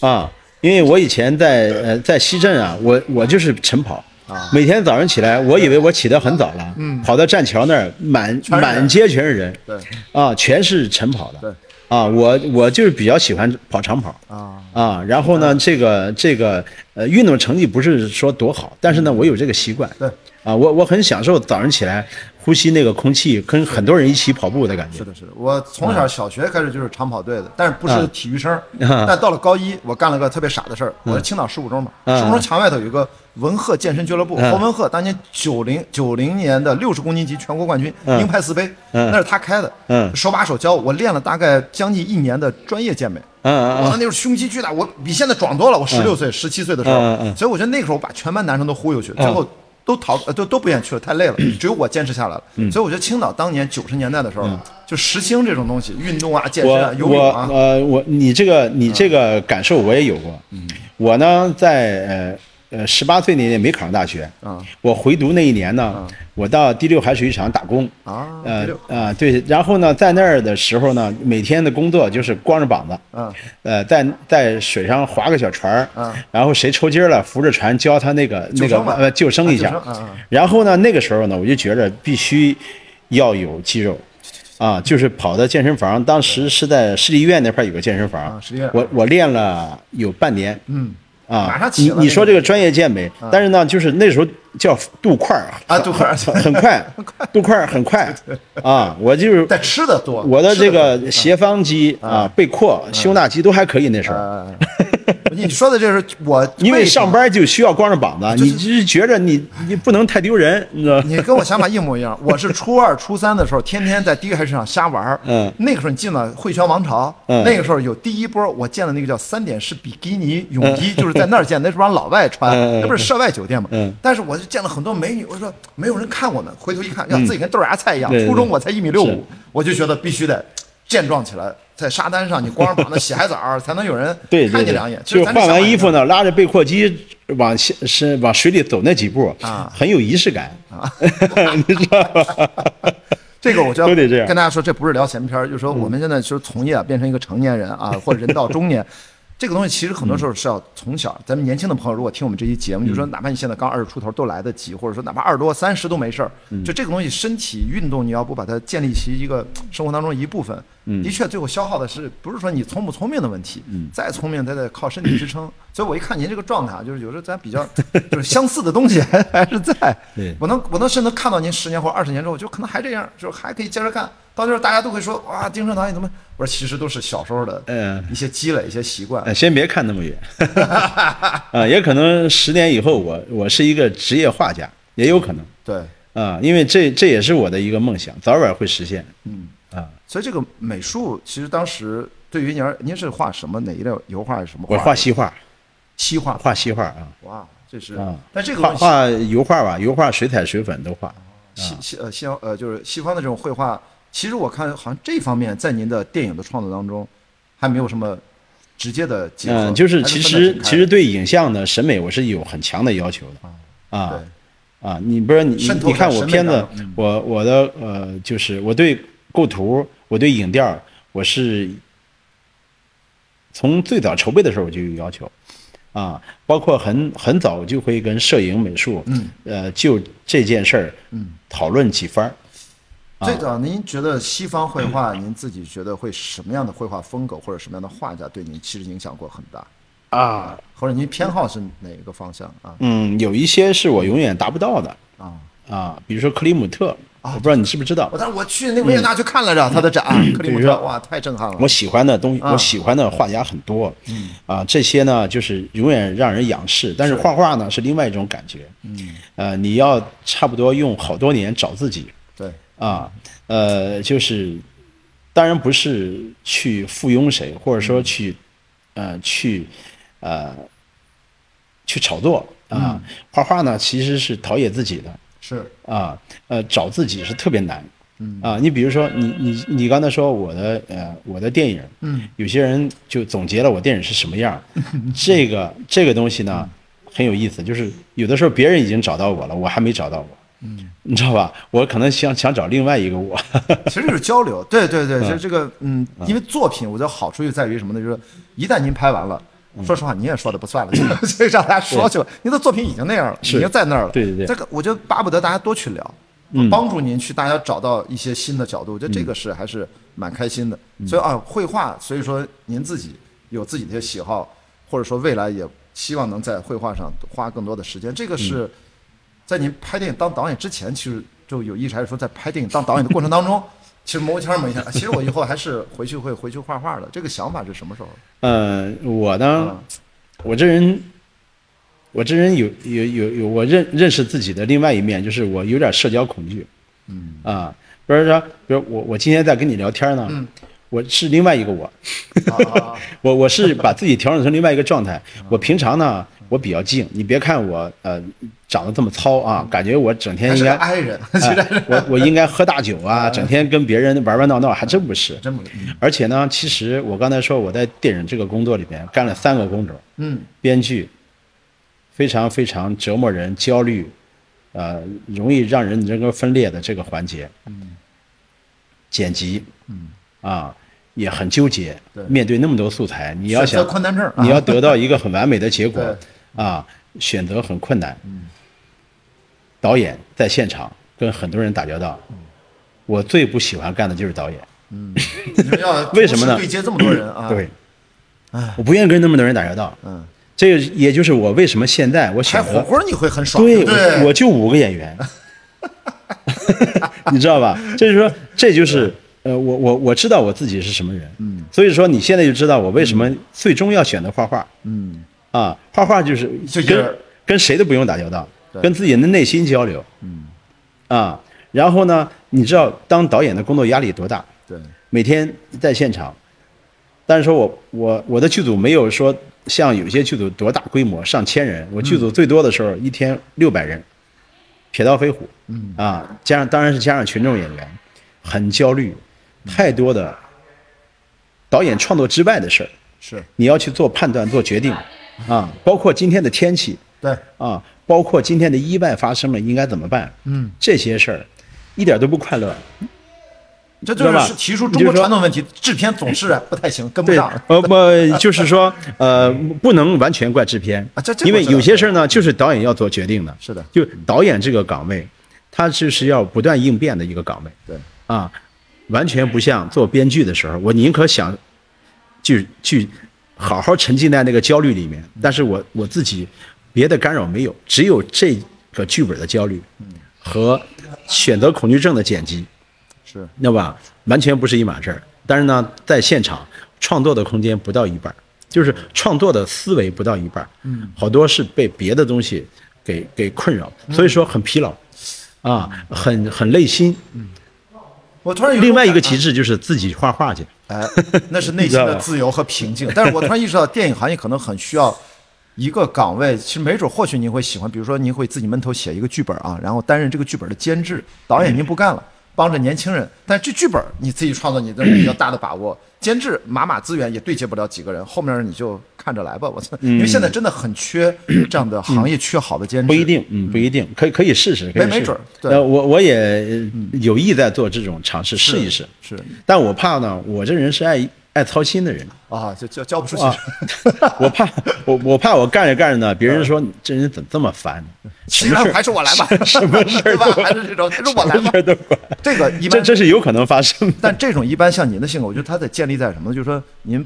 Speaker 1: 啊，因为我以前在呃在西镇啊，我我就是晨跑，每天早上起来，我以为我起得很早了，跑到栈桥那儿，满
Speaker 2: 嗯全是人
Speaker 1: 满街全是人，
Speaker 2: 对
Speaker 1: 啊，全是晨跑
Speaker 2: 对
Speaker 1: 的，啊，我我就是比较喜欢跑长跑，
Speaker 2: 啊，
Speaker 1: 啊，然后呢，这个这个呃，运动成绩不是说多好，但是呢，我有这个习惯。
Speaker 2: 嗯对
Speaker 1: 啊，我我很享受早上起来呼吸那个空气，跟很多人一起跑步的感觉
Speaker 2: 是。的，是的，我从
Speaker 1: 嗯
Speaker 2: 小小学开始就是长跑队的，但是不是
Speaker 1: 啊
Speaker 2: 体 育生。但到了高一，我干了个特别傻的事儿，我是青岛十五中嘛，
Speaker 1: 嗯
Speaker 2: 十五中墙外头有一个文鹤健身俱乐部，
Speaker 1: 嗯
Speaker 2: 侯文鹤当年九零九零年的六十公斤级全国冠军，
Speaker 1: 嗯
Speaker 2: 鹰派四杯，
Speaker 1: 嗯
Speaker 2: 那是他开的，
Speaker 1: 嗯
Speaker 2: 手把手教我，我练了大概将近一年的专业健美。
Speaker 1: 嗯
Speaker 2: 我
Speaker 1: 嗯
Speaker 2: 那时候胸肌巨大，我比现在壮多了。我十六岁、十七岁的时候，
Speaker 1: 嗯嗯嗯嗯
Speaker 2: 所以我觉得那个时候我把全班男生都忽悠去，最后都逃，呃都都不愿意去了，太累了。只有我坚持下来了。
Speaker 1: 嗯
Speaker 2: 所以我觉得青岛当年九十年代的时候，就时兴这种东西，运动啊、健身啊、
Speaker 1: 我
Speaker 2: 游
Speaker 1: 我
Speaker 2: 泳啊，
Speaker 1: 呃我你这个你这个感受我也有过。我呢，在呃呃十八岁那年没考上大学。
Speaker 2: 啊
Speaker 1: 我回读那一年呢，我到第六海水浴场打工。
Speaker 2: 啊，
Speaker 1: 呃
Speaker 2: 第六
Speaker 1: 啊、对，然后呢，在那儿的时候呢，每天的工作就是光着膀子，
Speaker 2: 嗯
Speaker 1: 呃，在在水上划个小船儿，
Speaker 2: 嗯
Speaker 1: 然后谁抽筋儿了，扶着船教他那个那
Speaker 2: 救
Speaker 1: 个
Speaker 2: 生吧
Speaker 1: 呃救生一下
Speaker 2: 啊救生嗯嗯，
Speaker 1: 然后呢，那个时候呢，我就觉着必须要有肌肉。啊，就是跑到健身房，当时是在市立医院那块儿有个健身
Speaker 2: 啊
Speaker 1: 房
Speaker 2: 市立医院，
Speaker 1: 我我练了有半年，
Speaker 2: 嗯
Speaker 1: 啊，
Speaker 2: 马上起了
Speaker 1: 你你说
Speaker 2: 那
Speaker 1: 这
Speaker 2: 个嗯
Speaker 1: 个专业健美，但是呢，就是那时候叫杜块儿
Speaker 2: 啊 杜块儿
Speaker 1: 很很快，杜块儿很快啊，我就是
Speaker 2: 但吃的嗯多，
Speaker 1: 我的
Speaker 2: 吃得
Speaker 1: 这
Speaker 2: 多
Speaker 1: 个斜方肌啊、背阔、胸大肌都还可以那时候。
Speaker 2: 呃， 你说的这是我
Speaker 1: 因为
Speaker 2: 什么
Speaker 1: 上班就需要光着膀子，你就是觉着你你不能太丢人，你知道？
Speaker 2: 你跟我想法一模一样。我是初二、初三的时候，天天在第一海市场瞎玩儿。
Speaker 1: 嗯
Speaker 2: 那个时候你进了汇泉王朝，
Speaker 1: 嗯
Speaker 2: 那个时候有第一波，我见的那个叫三点式比基尼泳衣，就是在那儿见，那是帮老外穿，
Speaker 1: 嗯嗯嗯嗯
Speaker 2: 那不是涉外酒店嘛。
Speaker 1: 嗯
Speaker 2: 但是我就见了很多美女，我说没有人看我们，回头一看，呀，自己跟豆芽菜一样。
Speaker 1: 嗯对对对
Speaker 2: 初中我才一米六
Speaker 1: 是
Speaker 2: 五，我就觉得必须得健壮起来，在沙滩上你光着膀子 洗海澡儿，才能有人
Speaker 1: 对
Speaker 2: 看
Speaker 1: 对
Speaker 2: 你
Speaker 1: 对
Speaker 2: 两眼。，其
Speaker 1: 就是
Speaker 2: 实
Speaker 1: 换
Speaker 2: 咱这想
Speaker 1: 完
Speaker 2: 法
Speaker 1: 衣
Speaker 2: 一
Speaker 1: 服
Speaker 2: 样
Speaker 1: 呢，拉着背阔肌往下是往水里走那几步
Speaker 2: 啊
Speaker 1: 很有仪式感， 你知道吧？
Speaker 2: 这个我就要
Speaker 1: 都得这样嗯
Speaker 2: 跟大家说，这不是聊闲篇儿，就是说我们现在就是从业啊，变成一个成年人啊，或者人到中 年，这个东西其实很
Speaker 1: 嗯
Speaker 2: 多时候是要从小。咱们年轻的朋友如果听我们这期节目，就说哪怕你现在刚二十出头都来得及，或者说哪怕二十多、三十都没事儿，
Speaker 1: 嗯
Speaker 2: 就这个东西，身体运动你要不把它建立起一个生活当中一部分，
Speaker 1: 嗯
Speaker 2: 的确最后消耗的是不是说你聪不聪明的问题，再聪明它得靠身体支撑。所以我一看您这个状态，啊，就是有时候咱比较就是相似的东西还还是在，
Speaker 1: 对
Speaker 2: 我能我能甚至看到您十年或二十年之后，就可能还这样，就是还可以接着干。到时候大家都会说哇，丁正堂你怎么？我说其实都是小时候的
Speaker 1: 嗯
Speaker 2: 一些积累、一些习惯。
Speaker 1: 呃， 先别看那么 远，啊，也可能十年以后我我是一个职业画家，也有可能
Speaker 2: 对，
Speaker 1: 啊，因为这这也是我的一个梦想，早晚会实现。
Speaker 2: 嗯
Speaker 1: 啊，
Speaker 2: 所以这个美术其实当时对于您而，您是画什么哪一类油画？什么画？
Speaker 1: 我画西画，
Speaker 2: 西画。
Speaker 1: 画西画啊，
Speaker 2: 哇，这是
Speaker 1: 啊，
Speaker 2: 但这个
Speaker 1: 画
Speaker 2: 东西
Speaker 1: 画油画吧，油画、水彩、水粉都画。啊
Speaker 2: 西西呃西方呃就是西方的这种绘画，其实我看好像这方面在您的电影的创作当中还没有什么直接的结合。
Speaker 1: 嗯，就是
Speaker 2: 还
Speaker 1: 其
Speaker 2: 分得
Speaker 1: 实
Speaker 2: 挺开嗯
Speaker 1: 其实对影像的审美我是有很强的要求的
Speaker 2: 对
Speaker 1: 啊啊！你不是你
Speaker 2: 渗透
Speaker 1: 你看
Speaker 2: 在
Speaker 1: 我
Speaker 2: 审美
Speaker 1: 片子
Speaker 2: 当中嗯，
Speaker 1: 我我的呃就是我对构图，我对影调，我是从最早筹备的时候我就有要求啊，包括很很早我就会跟摄影、美术，
Speaker 2: 嗯，
Speaker 1: 呃，就这件事儿，
Speaker 2: 嗯，
Speaker 1: 讨论几番儿。啊
Speaker 2: 最早您觉得西方绘画，您自己觉得会什么样的绘画风格或者什么样的画家对您其实影响过很大啊？或者您偏好是哪一个方向啊？
Speaker 1: 嗯，有一些是我永远达不到的
Speaker 2: 啊！
Speaker 1: 啊，比如说克里姆特，我不知道你知不知道
Speaker 2: 哦我。当时我去那维也纳去看来着他的展，克里
Speaker 1: 嗯
Speaker 2: 姆
Speaker 1: 比如
Speaker 2: 特，
Speaker 1: 说
Speaker 2: 哇，太震撼了！
Speaker 1: 我喜欢的东西，
Speaker 2: 啊
Speaker 1: 我喜欢的画家很多，啊，这些呢就是永远让人仰视，但是画画呢是另外一种感觉，嗯，呃，你要差不多用好多年找自己
Speaker 2: 对
Speaker 1: 啊，呃，就是当然不是去附庸谁，或者说去，呃，去，呃，去炒作啊，画画呢其实是陶冶自己的，
Speaker 2: 是
Speaker 1: 啊，呃，找自己是特别难。啊，你比如说你你你刚才说我的呃我的电影，
Speaker 2: 嗯，
Speaker 1: 有些人就总结了我电影是什么样儿，这个这个东西呢很有意思，就是有的时候别人已经找到我了，我还没找到我，嗯，你知道吧？我可能想想找另外一个我，
Speaker 2: 其实就是交流，嗯
Speaker 1: 嗯
Speaker 2: 对对对，就是这个，嗯，因为作品，我觉得好处就在于什么呢？就是一旦您拍完了，说实话，你也说的不算了，这让大家说去吧。您的作品已经那样了，已
Speaker 1: 是
Speaker 2: 经在那儿了。
Speaker 1: 对对对
Speaker 2: 这个我就巴不得大家多去聊，
Speaker 1: 嗯
Speaker 2: 帮助您去大家找到一些新的角度。我觉得这个是还是蛮开心的。
Speaker 1: 嗯
Speaker 2: 所以啊，绘画，所以说您自己有自己的一些喜好，或者说未来也希望能在绘画上花更多的时间。这个
Speaker 1: 嗯
Speaker 2: 是在您拍电影当导演之前，其实就有意识，还是说在拍电影当导演的过 程当中，其实磨一圈磨一圈。其实我以后还是回去会回去画画的。这个想法是 什么时候？
Speaker 1: 呃，我呢
Speaker 2: 啊，
Speaker 1: 我这人，我这人有有有有，我认认识自己的另外一面，就是我有点社交恐惧。嗯啊，比如说，比如我我今天在跟你聊天呢，
Speaker 2: 嗯
Speaker 1: 我是另外一个我，
Speaker 2: 啊啊啊！
Speaker 1: 我我 是把自己调整成另外一个状态。
Speaker 2: 嗯
Speaker 1: 我平常呢，我比较静，你别看我呃长得这么糙啊，感觉我整天
Speaker 2: 嗯还
Speaker 1: 应
Speaker 2: 是个
Speaker 1: 该。
Speaker 2: 哀人，
Speaker 1: 哎我我应该喝大酒
Speaker 2: 嗯
Speaker 1: 啊，整天跟别人玩玩闹闹，还真不是。
Speaker 2: 真不嗯
Speaker 1: 而且呢，其实我刚才说我在电影这个工作里边干了三个工种，
Speaker 2: 嗯
Speaker 1: 编剧，非常非常折磨人、焦虑，呃，容易让人人格分裂的这个环节，
Speaker 2: 嗯
Speaker 1: 剪辑
Speaker 2: 嗯，
Speaker 1: 啊也很纠结
Speaker 2: 对，
Speaker 1: 面对那么多素材，你要
Speaker 2: 选择
Speaker 1: 想
Speaker 2: 困难症啊，
Speaker 1: 你要得到一个很完美的结果
Speaker 2: 对嗯
Speaker 1: 啊，选择很困难。导演在现场跟很多人打交道，
Speaker 2: 嗯
Speaker 1: 我最不喜欢干的就是导演。
Speaker 2: 你们 要
Speaker 1: 为什么呢
Speaker 2: 同时对接这么多人 啊，
Speaker 1: 对，我不愿意跟那么多人打交道。
Speaker 2: 嗯，
Speaker 1: 这个也就是我为什么现在我选
Speaker 2: 拍火
Speaker 1: 择
Speaker 2: 锅你会很爽，
Speaker 1: 对
Speaker 2: 不对，
Speaker 1: 我我就五个演员， 你知道吧？就是说，这就是呃，我我我知道我自己是什么人，
Speaker 2: 嗯
Speaker 1: 所以说你现在就知道我为什么最终要选择画画
Speaker 2: 嗯
Speaker 1: 啊，画画就是
Speaker 2: 就一个人
Speaker 1: 跟跟谁都不用打交道
Speaker 2: 对，
Speaker 1: 跟自己的内心交流
Speaker 2: 嗯，
Speaker 1: 啊。然后呢，你知道当导演的工作压力多大？
Speaker 2: 对，
Speaker 1: 每天在现场。但是说我我我的剧组没有说像有些剧组多大规模，上千人，
Speaker 2: 嗯
Speaker 1: 我剧组最多的时候一天六百人，铁道飞虎，
Speaker 2: 嗯
Speaker 1: 啊，加上当然是加上群众演员，很焦虑，
Speaker 2: 嗯
Speaker 1: 太多的导演创作之外的事儿，
Speaker 2: 是
Speaker 1: 你要去做判断、做决定啊，包括今天的天气
Speaker 2: 对，
Speaker 1: 啊，包括今天的意外发生了应该怎么办，
Speaker 2: 嗯，
Speaker 1: 这些事儿一点都不快乐，
Speaker 2: 这就
Speaker 1: 知道吧
Speaker 2: 是提出
Speaker 1: 你
Speaker 2: 中
Speaker 1: 就
Speaker 2: 国
Speaker 1: 说
Speaker 2: 传统问题，制片总是啊不太行，跟不
Speaker 1: 对
Speaker 2: 上，，
Speaker 1: 呃不，就是说，呃，不能完全怪制片
Speaker 2: 啊这这
Speaker 1: 因
Speaker 2: 我
Speaker 1: 为
Speaker 2: 知道
Speaker 1: 有些事儿呢，就是导演要做决定的。
Speaker 2: 是的
Speaker 1: 就导演这个岗位，他就是要不断应变的一个岗位
Speaker 2: 对，
Speaker 1: 啊，完全不像做编剧的时候，我宁可想，就去好好沉浸在那个焦虑里面，
Speaker 2: 嗯
Speaker 1: 但是我我自己别的干扰没有，只有这个剧本的焦虑
Speaker 2: 嗯
Speaker 1: 和选择恐惧症的剪辑。
Speaker 2: 是
Speaker 1: 那吧，完全不是一码事儿。但是呢，在现场创作的空间不到一半儿，就是创作的思维不到一半儿，嗯，好多是被别的东西给给困扰，所以说很疲劳，啊，很很累心。
Speaker 2: 我突然有种
Speaker 1: 另外一个
Speaker 2: 感觉
Speaker 1: 极致就是自己画画去，
Speaker 2: 哎，那是内心的自由和平静。但是我突然意识到，电影行业可能很需要一个岗位，其实没准或许您会喜欢，比如说您会自己闷头写一个剧本啊，然后担任这个剧本的监制，导演您不干了。帮着年轻人，但这剧本你自己创作，你的比较大的把握。监制马马资源也对接不了几个人，后面你就看着来吧。我操，因为现在真的很缺这样的行业，缺好的监制。
Speaker 1: 嗯不一定，嗯，不一定，可以可以试试，可以
Speaker 2: 没没
Speaker 1: 试
Speaker 2: 准儿对
Speaker 1: 呃，我我也呃有意在做这种尝试，
Speaker 2: 是
Speaker 1: 试一试。
Speaker 2: 是
Speaker 1: 但我怕呢，我这人是爱爱操心的 人，
Speaker 2: 啊，就交交不出去。
Speaker 1: 啊，我怕我我怕我干着干着呢，别人说你这人怎么这么烦呢？什
Speaker 2: 行
Speaker 1: 么事儿
Speaker 2: 还是我来吧，
Speaker 1: 什么事儿
Speaker 2: 对吧
Speaker 1: 都？
Speaker 2: 还是这种，还是我来
Speaker 1: 什
Speaker 2: 吧
Speaker 1: 么事。儿都管，
Speaker 2: 这个一
Speaker 1: 这
Speaker 2: 般
Speaker 1: 这是有可能发生的。
Speaker 2: 但这种一般像您的性格，我觉得他得建立在什么呢？就是说您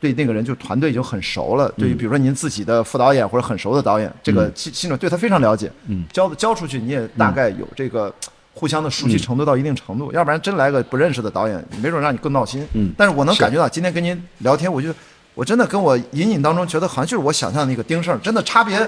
Speaker 2: 对那个人就团队已经很熟
Speaker 1: 嗯
Speaker 2: 了，对于比如说您自己的副导演或者很熟的导演，这个心心中对他非常了解，
Speaker 1: 嗯，
Speaker 2: 交交出去你也大概有这个。互相的熟悉程度到一定程度，要不然真来个不认识的导演，没准让你更闹心。
Speaker 1: 嗯
Speaker 2: 但是我能感觉到今天跟您聊天，我就我真的跟我隐隐当中觉得好像就是我想象的那个丁胜，真的差别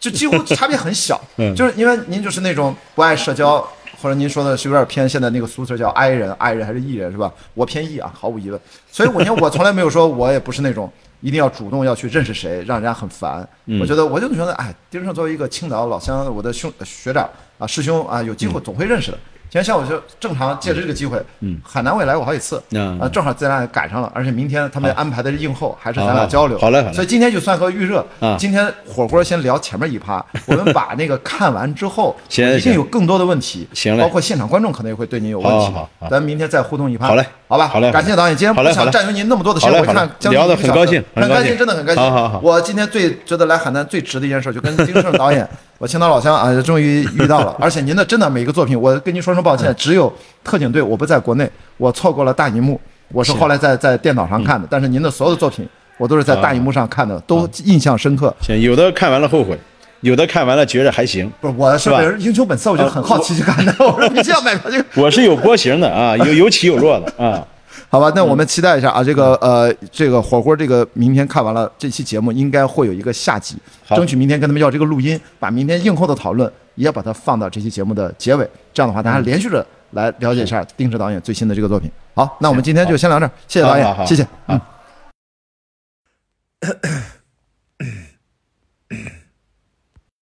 Speaker 2: 就几乎差别很小。
Speaker 1: 嗯
Speaker 2: 就是因为您就是那种不爱社交，或者您说的是有点偏现在那个俗词叫 i 人，i 人还是 e 人是吧？我偏 e 啊，毫无疑问。所以我因为我从来没有说我也不是那种一定要主动要去认识谁，让人家很烦。
Speaker 1: 嗯
Speaker 2: 我觉得我就觉得，哎，丁胜作为一个青岛老乡，我的兄学长啊师兄啊，有机会总会认识的。前像我就正常借着这个机会，
Speaker 1: 嗯，
Speaker 2: 海南我也来过好几次，
Speaker 1: 嗯
Speaker 2: 啊，正好咱俩赶上了，而且明天他们安排的是映后，还是咱俩
Speaker 1: 哦
Speaker 2: 交流，
Speaker 1: 好嘞好嘞
Speaker 2: 所以今天就算个预热
Speaker 1: 啊，
Speaker 2: 今天火锅先聊前面一 趴，我们把那个看完之后，
Speaker 1: 行
Speaker 2: 一定
Speaker 1: 行
Speaker 2: 有更多的问题，
Speaker 1: 行嘞
Speaker 2: 包括现场观众可能也会对您有问
Speaker 1: 好
Speaker 2: 题
Speaker 1: 好，好
Speaker 2: 咱明天再互动一趴，
Speaker 1: 好嘞
Speaker 2: 好吧，
Speaker 1: 好嘞
Speaker 2: 感谢导演，今天
Speaker 1: 好
Speaker 2: 不
Speaker 1: 嘞好
Speaker 2: 想
Speaker 1: 嘞
Speaker 2: 占用您那么多的时间，
Speaker 1: 好嘞
Speaker 2: 我看
Speaker 1: 好嘞
Speaker 2: 将近
Speaker 1: 聊得
Speaker 2: 一个
Speaker 1: 很
Speaker 2: 小时
Speaker 1: 高兴
Speaker 2: 很
Speaker 1: 很高
Speaker 2: 兴，
Speaker 1: 兴
Speaker 2: 真的很开心，
Speaker 1: 好好好
Speaker 2: 我今天最觉得来海南最值的一件事，就跟金圣 导演，我青岛老乡啊，终于遇到了。而 且您的真的每一个作品，我跟您说声抱歉，只有《特警队》我不在国内，我错过了大荧幕，我是后来在在电脑上
Speaker 1: 嗯
Speaker 2: 看的。但是您的所有的作品，我都是在大荧幕上看的，都印象深刻。
Speaker 1: 行，有的看完了后悔，有的看完了觉着还行。
Speaker 2: 不是，我是
Speaker 1: 是吧
Speaker 2: 为了《英雄本色》，我就很好奇去看的。
Speaker 1: 呃
Speaker 2: 我说必须要买票去。
Speaker 1: 我是有波形的啊，有有起有落的啊。
Speaker 2: 好吧，那我们期待一下啊，这个呃，这个火锅，这个明天看完了，这期节目应该会有一个下集，
Speaker 1: 好
Speaker 2: 争取明天跟他们要这个录音，把明天映后的讨论也把它放到这期节目的结尾，这样的话大家连续着来了解一下丁志导演最新的这个作品。好，那我们今天就先聊这儿，谢谢导
Speaker 1: 好好
Speaker 2: 演，
Speaker 1: 好
Speaker 2: 谢谢，
Speaker 1: 好
Speaker 2: 嗯。